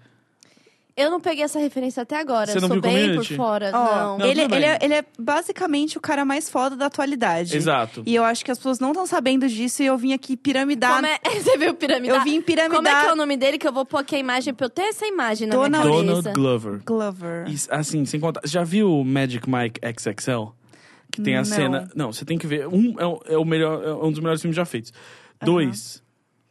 Eu não peguei essa referência até agora. Você eu não sou viu bem Community? por fora. Ó, Não. Não, ele, tudo bem. ele, é, ele é basicamente o cara mais foda da atualidade. Exato. E eu acho que as pessoas não estão sabendo disso e eu vim aqui piramidar. Como é... (laughs) Você viu piramidar? Eu vim piramidar Como é que é o nome dele que eu vou pôr aqui a imagem pra eu ter essa imagem né, na Donald- minha Donald cabeça? Glover. Glover. E, assim, sem contar, já viu o Magic Mike XXL? Que tem a Não. cena, não, você tem que ver, um é o, é o melhor, é um dos melhores filmes já feitos. Dois,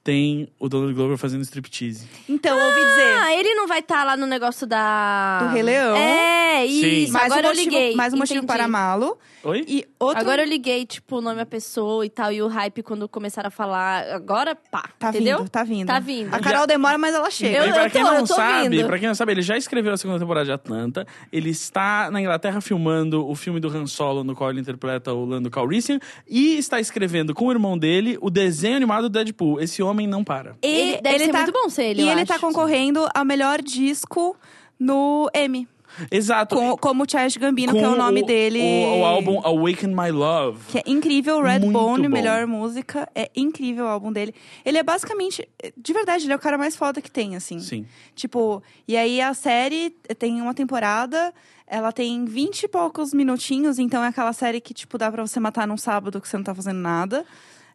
tem o Donald Glover fazendo striptease. Então, eu ouvi dizer. Ah, ele não vai estar lá no negócio da... Do Rei Leão. É, Sim. isso. Mais Agora um eu motivo, liguei. Mais um motivo entendi. para amá-lo. Oi? E outro. Agora eu liguei, tipo, o nome da pessoa e tal. E o hype, quando começaram a falar, agora, pá. Tá entendeu? vindo, tá vindo. Tá vindo. A Carol demora, mas ela Eu- chega. e pra tô- quem não eu tô sabe, ouvindo. para quem não sabe, ele já escreveu a segunda temporada de Atlanta. Ele está na Inglaterra filmando o filme do Han Solo, no qual ele interpreta o Lando Calrissian, e está escrevendo com o irmão dele o desenho animado do Deadpool. Esse homem não para. E ele deve ser tá- muito bom ser ele, E eu ele acho. tá concorrendo ao melhor disco no M. Exato. Com, como o Charles Gambino, que é o nome dele. O, o álbum Awaken My Love. Que é incrível, Muito Redbone, bom. melhor música. É incrível o álbum dele. Ele é basicamente. De verdade, ele é o cara mais foda que tem, assim. Sim. Tipo, e aí a série tem uma temporada, ela tem 20 e poucos minutinhos, então é aquela série que, tipo, dá pra você matar num sábado que você não tá fazendo nada.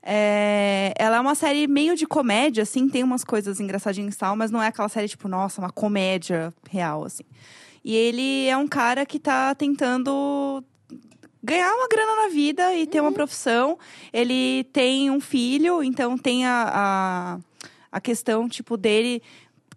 É, ela é uma série meio de comédia, assim, tem umas coisas engraçadinhas e tal, mas não é aquela série, tipo, nossa, uma comédia real, assim. E ele é um cara que tá tentando ganhar uma grana na vida e ter uma profissão. Ele tem um filho, então tem a, a, a questão, tipo, dele.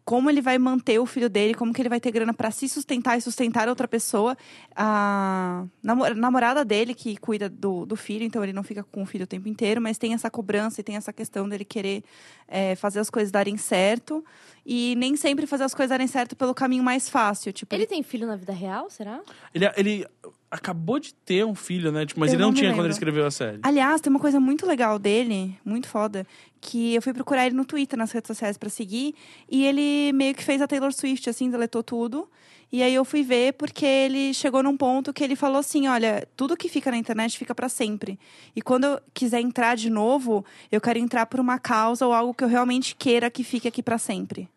Como ele vai manter o filho dele, como que ele vai ter grana pra se sustentar e sustentar outra pessoa. A namo- namorada dele que cuida do, do filho, então ele não fica com o filho o tempo inteiro, mas tem essa cobrança e tem essa questão dele querer eh, fazer as coisas darem certo. E nem sempre fazer as coisas darem certo pelo caminho mais fácil. Tipo, Ele tem filho na vida real, será? Ele, é, ele acabou de ter um filho, né? Tipo, mas Eu ele não, não me tinha quando lembro. ele escreveu a série. Aliás, tem uma coisa muito legal dele, muito foda, que eu fui procurar ele no Twitter, nas redes sociais pra seguir, e ele meio que fez a Taylor Swift, assim, deletou tudo. E aí eu fui ver porque ele chegou num ponto que ele falou assim, olha, tudo que fica na internet fica pra sempre. E quando eu quiser entrar de novo, eu quero entrar por uma causa ou algo que eu realmente queira que fique aqui pra sempre.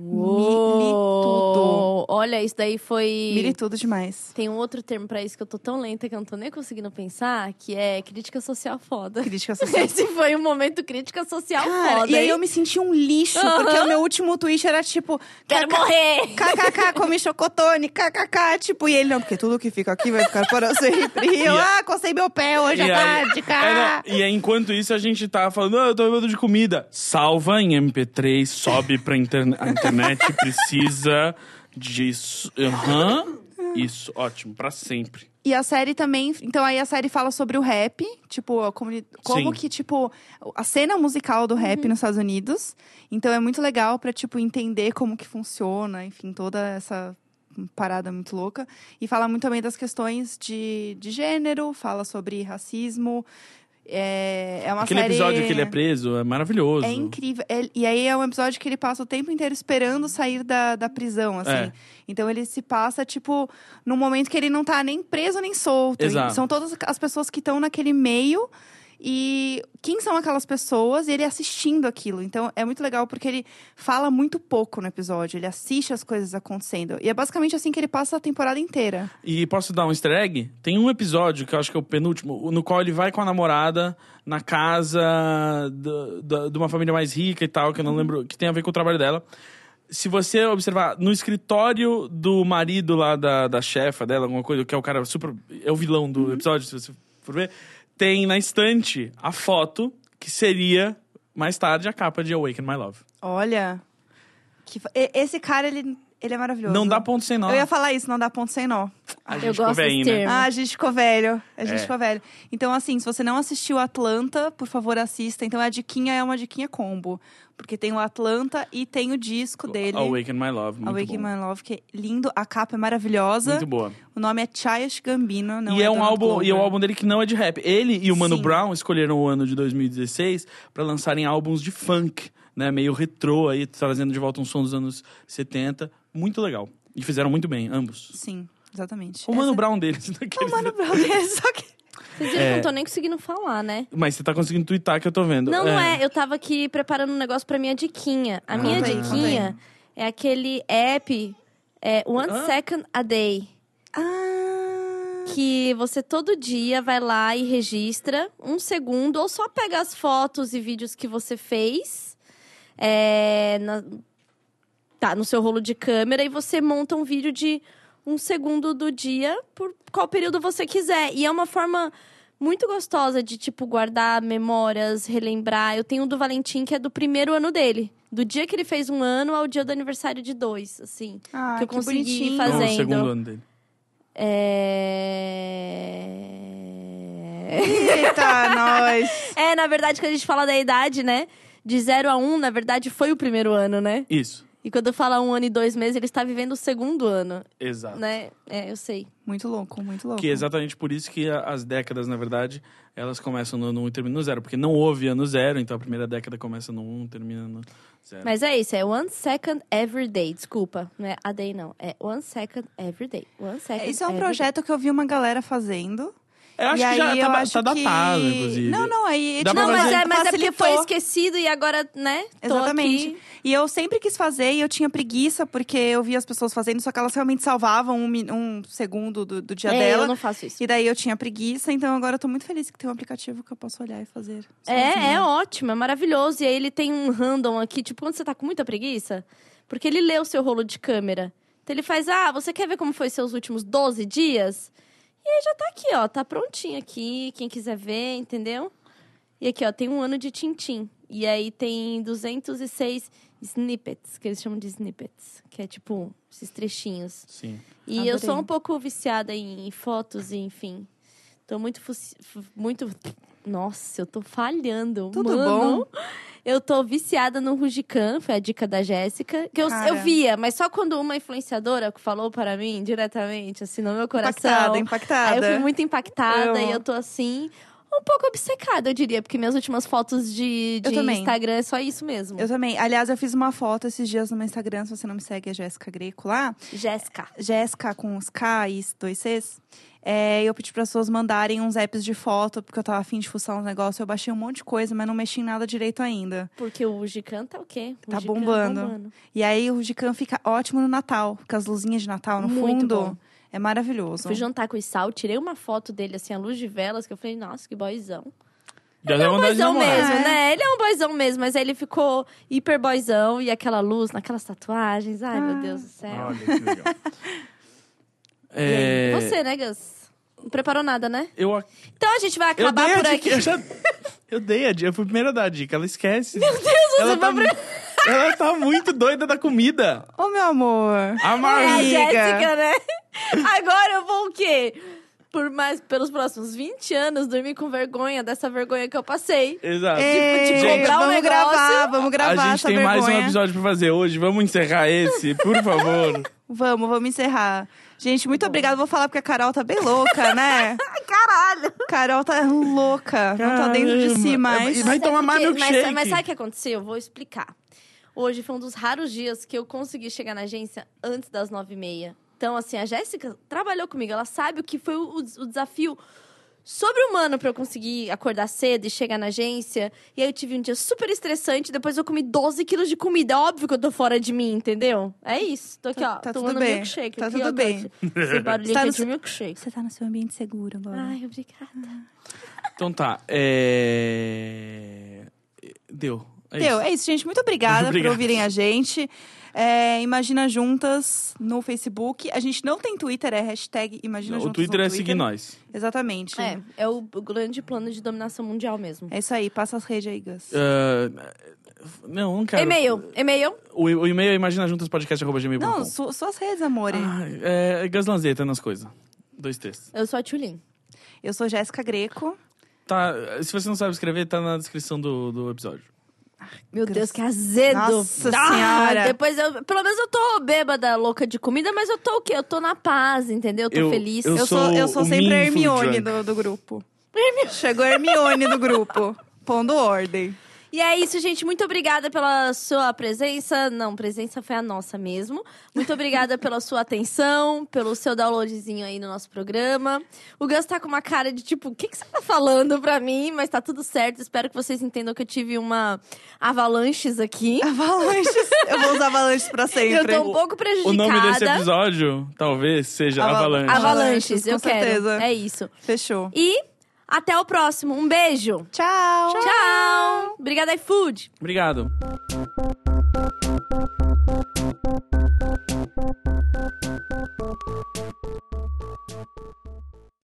Uou! Olha, isso daí foi... Mire tudo (laughs) demais. Tem um outro termo pra isso que eu tô tão lenta que eu não tô nem conseguindo pensar, que é crítica social foda. Crítica social. (laughs) Esse foi um momento crítica social Cara, foda, e aí hein? eu me senti um lixo, porque o meu último tweet era tipo... Quero morrer! KKK, come chocotone, kkk, tipo, e ele não, porque tudo que fica aqui vai ficar para sempre. E eu, Yeah. ah, cocei meu pé hoje E à aí- (laughs) tarde, É, cara. (laughs) não, e aí, enquanto isso, a gente tá falando, ah, eu tô bebendo de comida. Salva em MP3, sobe pra internet. A (laughs) internet precisa disso. Aham. Isso, ótimo, pra sempre. E a série também, então aí a série fala sobre o rap, tipo, a comuni- como Sim. que, tipo, a cena musical do rap nos Estados Unidos. Então é muito legal pra, tipo, entender como que funciona, enfim, toda essa parada muito louca. E fala muito também das questões de, de gênero, fala sobre racismo. É, é uma Aquele série... episódio que ele é preso é maravilhoso. É incrível. Ele- e aí é um episódio que ele passa o tempo inteiro esperando sair da, da prisão, assim. É. Então ele se passa, tipo, num momento que ele não tá nem preso nem solto. Exato. E São todas as pessoas que estão naquele meio. e quem são aquelas pessoas e ele assistindo aquilo. Então é muito legal porque ele fala muito pouco no episódio, ele assiste as coisas acontecendo. E é basicamente assim que ele passa a temporada inteira. E posso dar um easter egg? Tem um episódio, que eu acho que é o penúltimo, no qual ele vai com a namorada na casa do- do- de uma família mais rica e tal, que eu Uhum. não lembro, que tem a ver com o trabalho dela. Se você observar, no escritório do marido lá da, da chefa dela, alguma coisa, que é o cara super. É o vilão Uhum. do episódio, se você for ver, tem na estante a foto que seria, mais tarde, a capa de Awaken My Love. Olha. que fa- e- esse cara, ele, ele é maravilhoso. Não dá ponto sem nó. Eu ia falar isso, não dá ponto sem nó. A Eu gente gosto couve aí, desse né? termo. Ah, a gente ficou velho. A gente É. ficou velho. Então, assim, se você não assistiu Atlanta, por favor, assista. Então, a diquinha é uma diquinha combo. Porque tem o Atlanta e tem o disco dele. Awaken My Love. Muito Awaken bom. My Love, que é lindo. A capa é maravilhosa. Muito boa. O nome é Chayas Gambino. Não e é um Donald álbum, e é o Glover. álbum dele que não é de rap. Ele e o Mano Sim. Brown escolheram o ano de 2016 para lançarem álbuns de funk, né, meio retrô aí, trazendo de volta um som dos anos 70, muito legal. E fizeram muito bem ambos. Sim, exatamente. O Mano né? Essa- Brown deles, (laughs) daqueles- O Mano Brown é (laughs) só que... Vocês É. viram que eu não tô nem conseguindo falar, né? Mas você tá conseguindo twittar que eu tô vendo. Não, não é. Eu tava aqui preparando um negócio pra minha diquinha. A Ah, minha conta aí, conta diquinha é aquele app é, One Ah. Second a Day. Ah... Que você todo dia vai lá e registra um segundo, ou só pega as fotos e vídeos que você fez. é, na- tá no seu rolo de câmera e você monta um vídeo de um segundo do dia por qual período você quiser. E é uma forma muito gostosa de, tipo, guardar memórias, relembrar. Eu tenho um do Valentim que é do primeiro ano dele. Do dia que ele fez um ano ao dia do aniversário de dois, assim. Ah, Que eu (laughs) consegui bonitinho. Não, fazendo. é o segundo ano dele. É... Eita, nós! é, na verdade, quando a gente fala da idade, né? De 0 a 1, um, na verdade, foi o primeiro ano, né? Isso. E quando eu falo um ano e dois meses, ele está vivendo o segundo ano, Exato. né? É, eu sei. Muito louco, muito louco. Que é exatamente por isso que a- as décadas, na verdade, elas começam no ano 1 e terminam no zero. Porque não houve ano zero, então a primeira década começa no 1 termina no zero. Mas é isso, é one second every day. Desculpa, não é a day, não. É one second every day. One second Isso é um every projeto que eu vi uma galera fazendo. Eu acho e que já aí tá, eu ba- acho tá que- datado, inclusive. Não, não, aí... Dá day. pra tipo, Não, mas fazer. é, mas é porque foi facilitou. esquecido e agora, né? tô Exatamente. aqui. E eu sempre quis fazer e eu tinha preguiça, porque eu via as pessoas fazendo, só que elas realmente salvavam um, min- um segundo do, do dia É, dela. eu não faço isso. E daí eu tinha preguiça, então agora eu tô muito feliz que tem um aplicativo que eu posso olhar e fazer. assim, É, é sozinha. ótimo, é maravilhoso. E aí ele tem um random aqui, tipo, quando você tá com muita preguiça, porque ele lê o seu rolo de câmera. Então ele faz, ah, você quer ver como foi seus últimos 12 dias? E aí já tá aqui, ó, tá prontinho aqui, quem quiser ver, entendeu? E aqui, ó, tem um ano de Tintim. E aí tem 206 snippets, que eles chamam de snippets, que é tipo esses trechinhos. Sim. E eu sou Adorei. um pouco viciada em, em fotos e enfim. Tô muito fuci- fu- muito Nossa, eu tô falhando. Tudo Mano, Eu tô viciada no Rugican, foi a dica da Jéssica. Que eu, Cara. eu via, mas só quando uma influenciadora falou para mim diretamente, assim, no meu coração. Impactada, Aí impactada. eu fui muito impactada Amo. e eu tô assim, um pouco obcecada, eu diria, porque minhas últimas fotos de, Eu de também. Instagram é só isso mesmo. Eu também. Aliás, eu fiz uma foto esses dias no meu Instagram, se você não me segue, é Jéssica Greco lá. Jéssica. Jéssica com os K e dois Cs. É, eu pedi para pessoas mandarem uns apps de foto, porque eu tava afim de fuçar uns negócios. Eu baixei um monte de coisa, mas não mexi em nada direito ainda. Porque o Rugican tá o quê? Tá Rugican bombando. E aí o Rudican fica ótimo no Natal, com as luzinhas de Natal no Muito fundo. bom. É maravilhoso. Fui jantar com o Sal, tirei uma foto dele, assim, à luz de velas, que eu falei, nossa, que boyzão. Já deu vontade de Boyzão namorar. mesmo, É. né? Ele é um boyzão mesmo, mas aí ele ficou hiper boyzão e aquela luz, naquelas tatuagens. Ai, meu Deus do céu. Olha que legal. E aí, É, Você, né, Gus? Não preparou nada, né? Eu, ac- Então a gente vai eu acabar dei a por dica. aqui. Eu, já, eu dei a dica. Foi a primeira da dica. Ela esquece. Meu Deus, você ela tá, mu- ela tá muito doida da comida. Ô, meu amor! A É a Marie. Amiga. Jéssica, né? (laughs) Agora eu vou o quê? Por mais, pelos próximos 20 anos, dormir com vergonha dessa vergonha que eu passei. Exato. Ei, Ah, de cobrar o vamos negócio. gravar, vamos a gravar gente essa tem vergonha. mais um episódio pra fazer hoje. Vamos encerrar esse, por favor. Vamos, vamos encerrar. Gente, Tá muito obrigada. Vou falar porque a Carol tá bem louca, né? (laughs) Caralho! Carol tá louca. Não tá dentro de si Caramba. mais. E vai Mas sabe tomar por quê? milkshake. Mas, mas sabe o que aconteceu? Eu vou explicar. Hoje foi um dos raros dias que eu consegui chegar na agência antes das nove e meia. Então, assim, a Jéssica trabalhou comigo. Ela sabe o que foi o, o desafio sobre-humano pra eu conseguir acordar cedo e chegar na agência. E aí eu tive um dia super estressante, depois eu comi 12 quilos de comida. É óbvio que eu tô fora de mim, entendeu? É isso. Tô aqui, Tá- ó, tá tomando tudo bem. milkshake. Tá aqui, tudo ó, bem. (laughs) Esse barulho Tá aqui é no de seu- Ah. milkshake. Você tá no seu ambiente seguro agora. Ai, obrigada. Então tá. É... Deu. É Deu, isso. é isso, gente. Muito (laughs) obrigada por Obrigado. ouvirem a gente. É, Imagina Juntas no Facebook. A gente não tem Twitter, é hashtag Imagina O Juntas. Twitter no é seguir nós. Exatamente. É, é o o grande plano de dominação mundial mesmo. É isso aí, passa as redes aí, Gus. Ah, não, não Então, quero. E-mail, e-mail. O, e- o e-mail é imaginajuntaspodcast.gmail.com. Não, su- suas redes, amor. Ah, é, é Gaslanzeta nas coisas. Dois textos. Eu sou a Tulin. Eu sou Jéssica Greco. Tá, se você não sabe escrever, tá na descrição do, do episódio. Meu Graças- Deus, que azedo. Nossa Senhora. Depois eu... Pelo menos eu tô bêbada, louca de comida, mas eu tô o quê? Eu tô na paz, entendeu? Eu tô Eu- feliz. eu Eu, sou, sou eu sou o sempre a meaningful Hermione drunk. do, do grupo. Chegou a Hermione do (laughs) grupo, pondo ordem. E é isso, gente. Muito obrigada pela sua presença. Não, presença foi a nossa mesmo. Muito (laughs) obrigada pela sua atenção, pelo seu downloadzinho aí no nosso programa. O Gus tá com uma cara de tipo, o que, que você tá falando pra mim? Mas tá tudo certo. Espero que vocês entendam que eu tive uma avalanches aqui. Avalanches. Eu vou usar avalanches pra Eu sempre. tô um pouco prejudicada. O nome desse episódio, talvez, seja Ava- Avalanche. Ava- Avalanches, eu Com certeza. quero. É isso. Fechou. E até o próximo. Um beijo. Tchau. Tchau. Obrigada, iFood. Obrigado.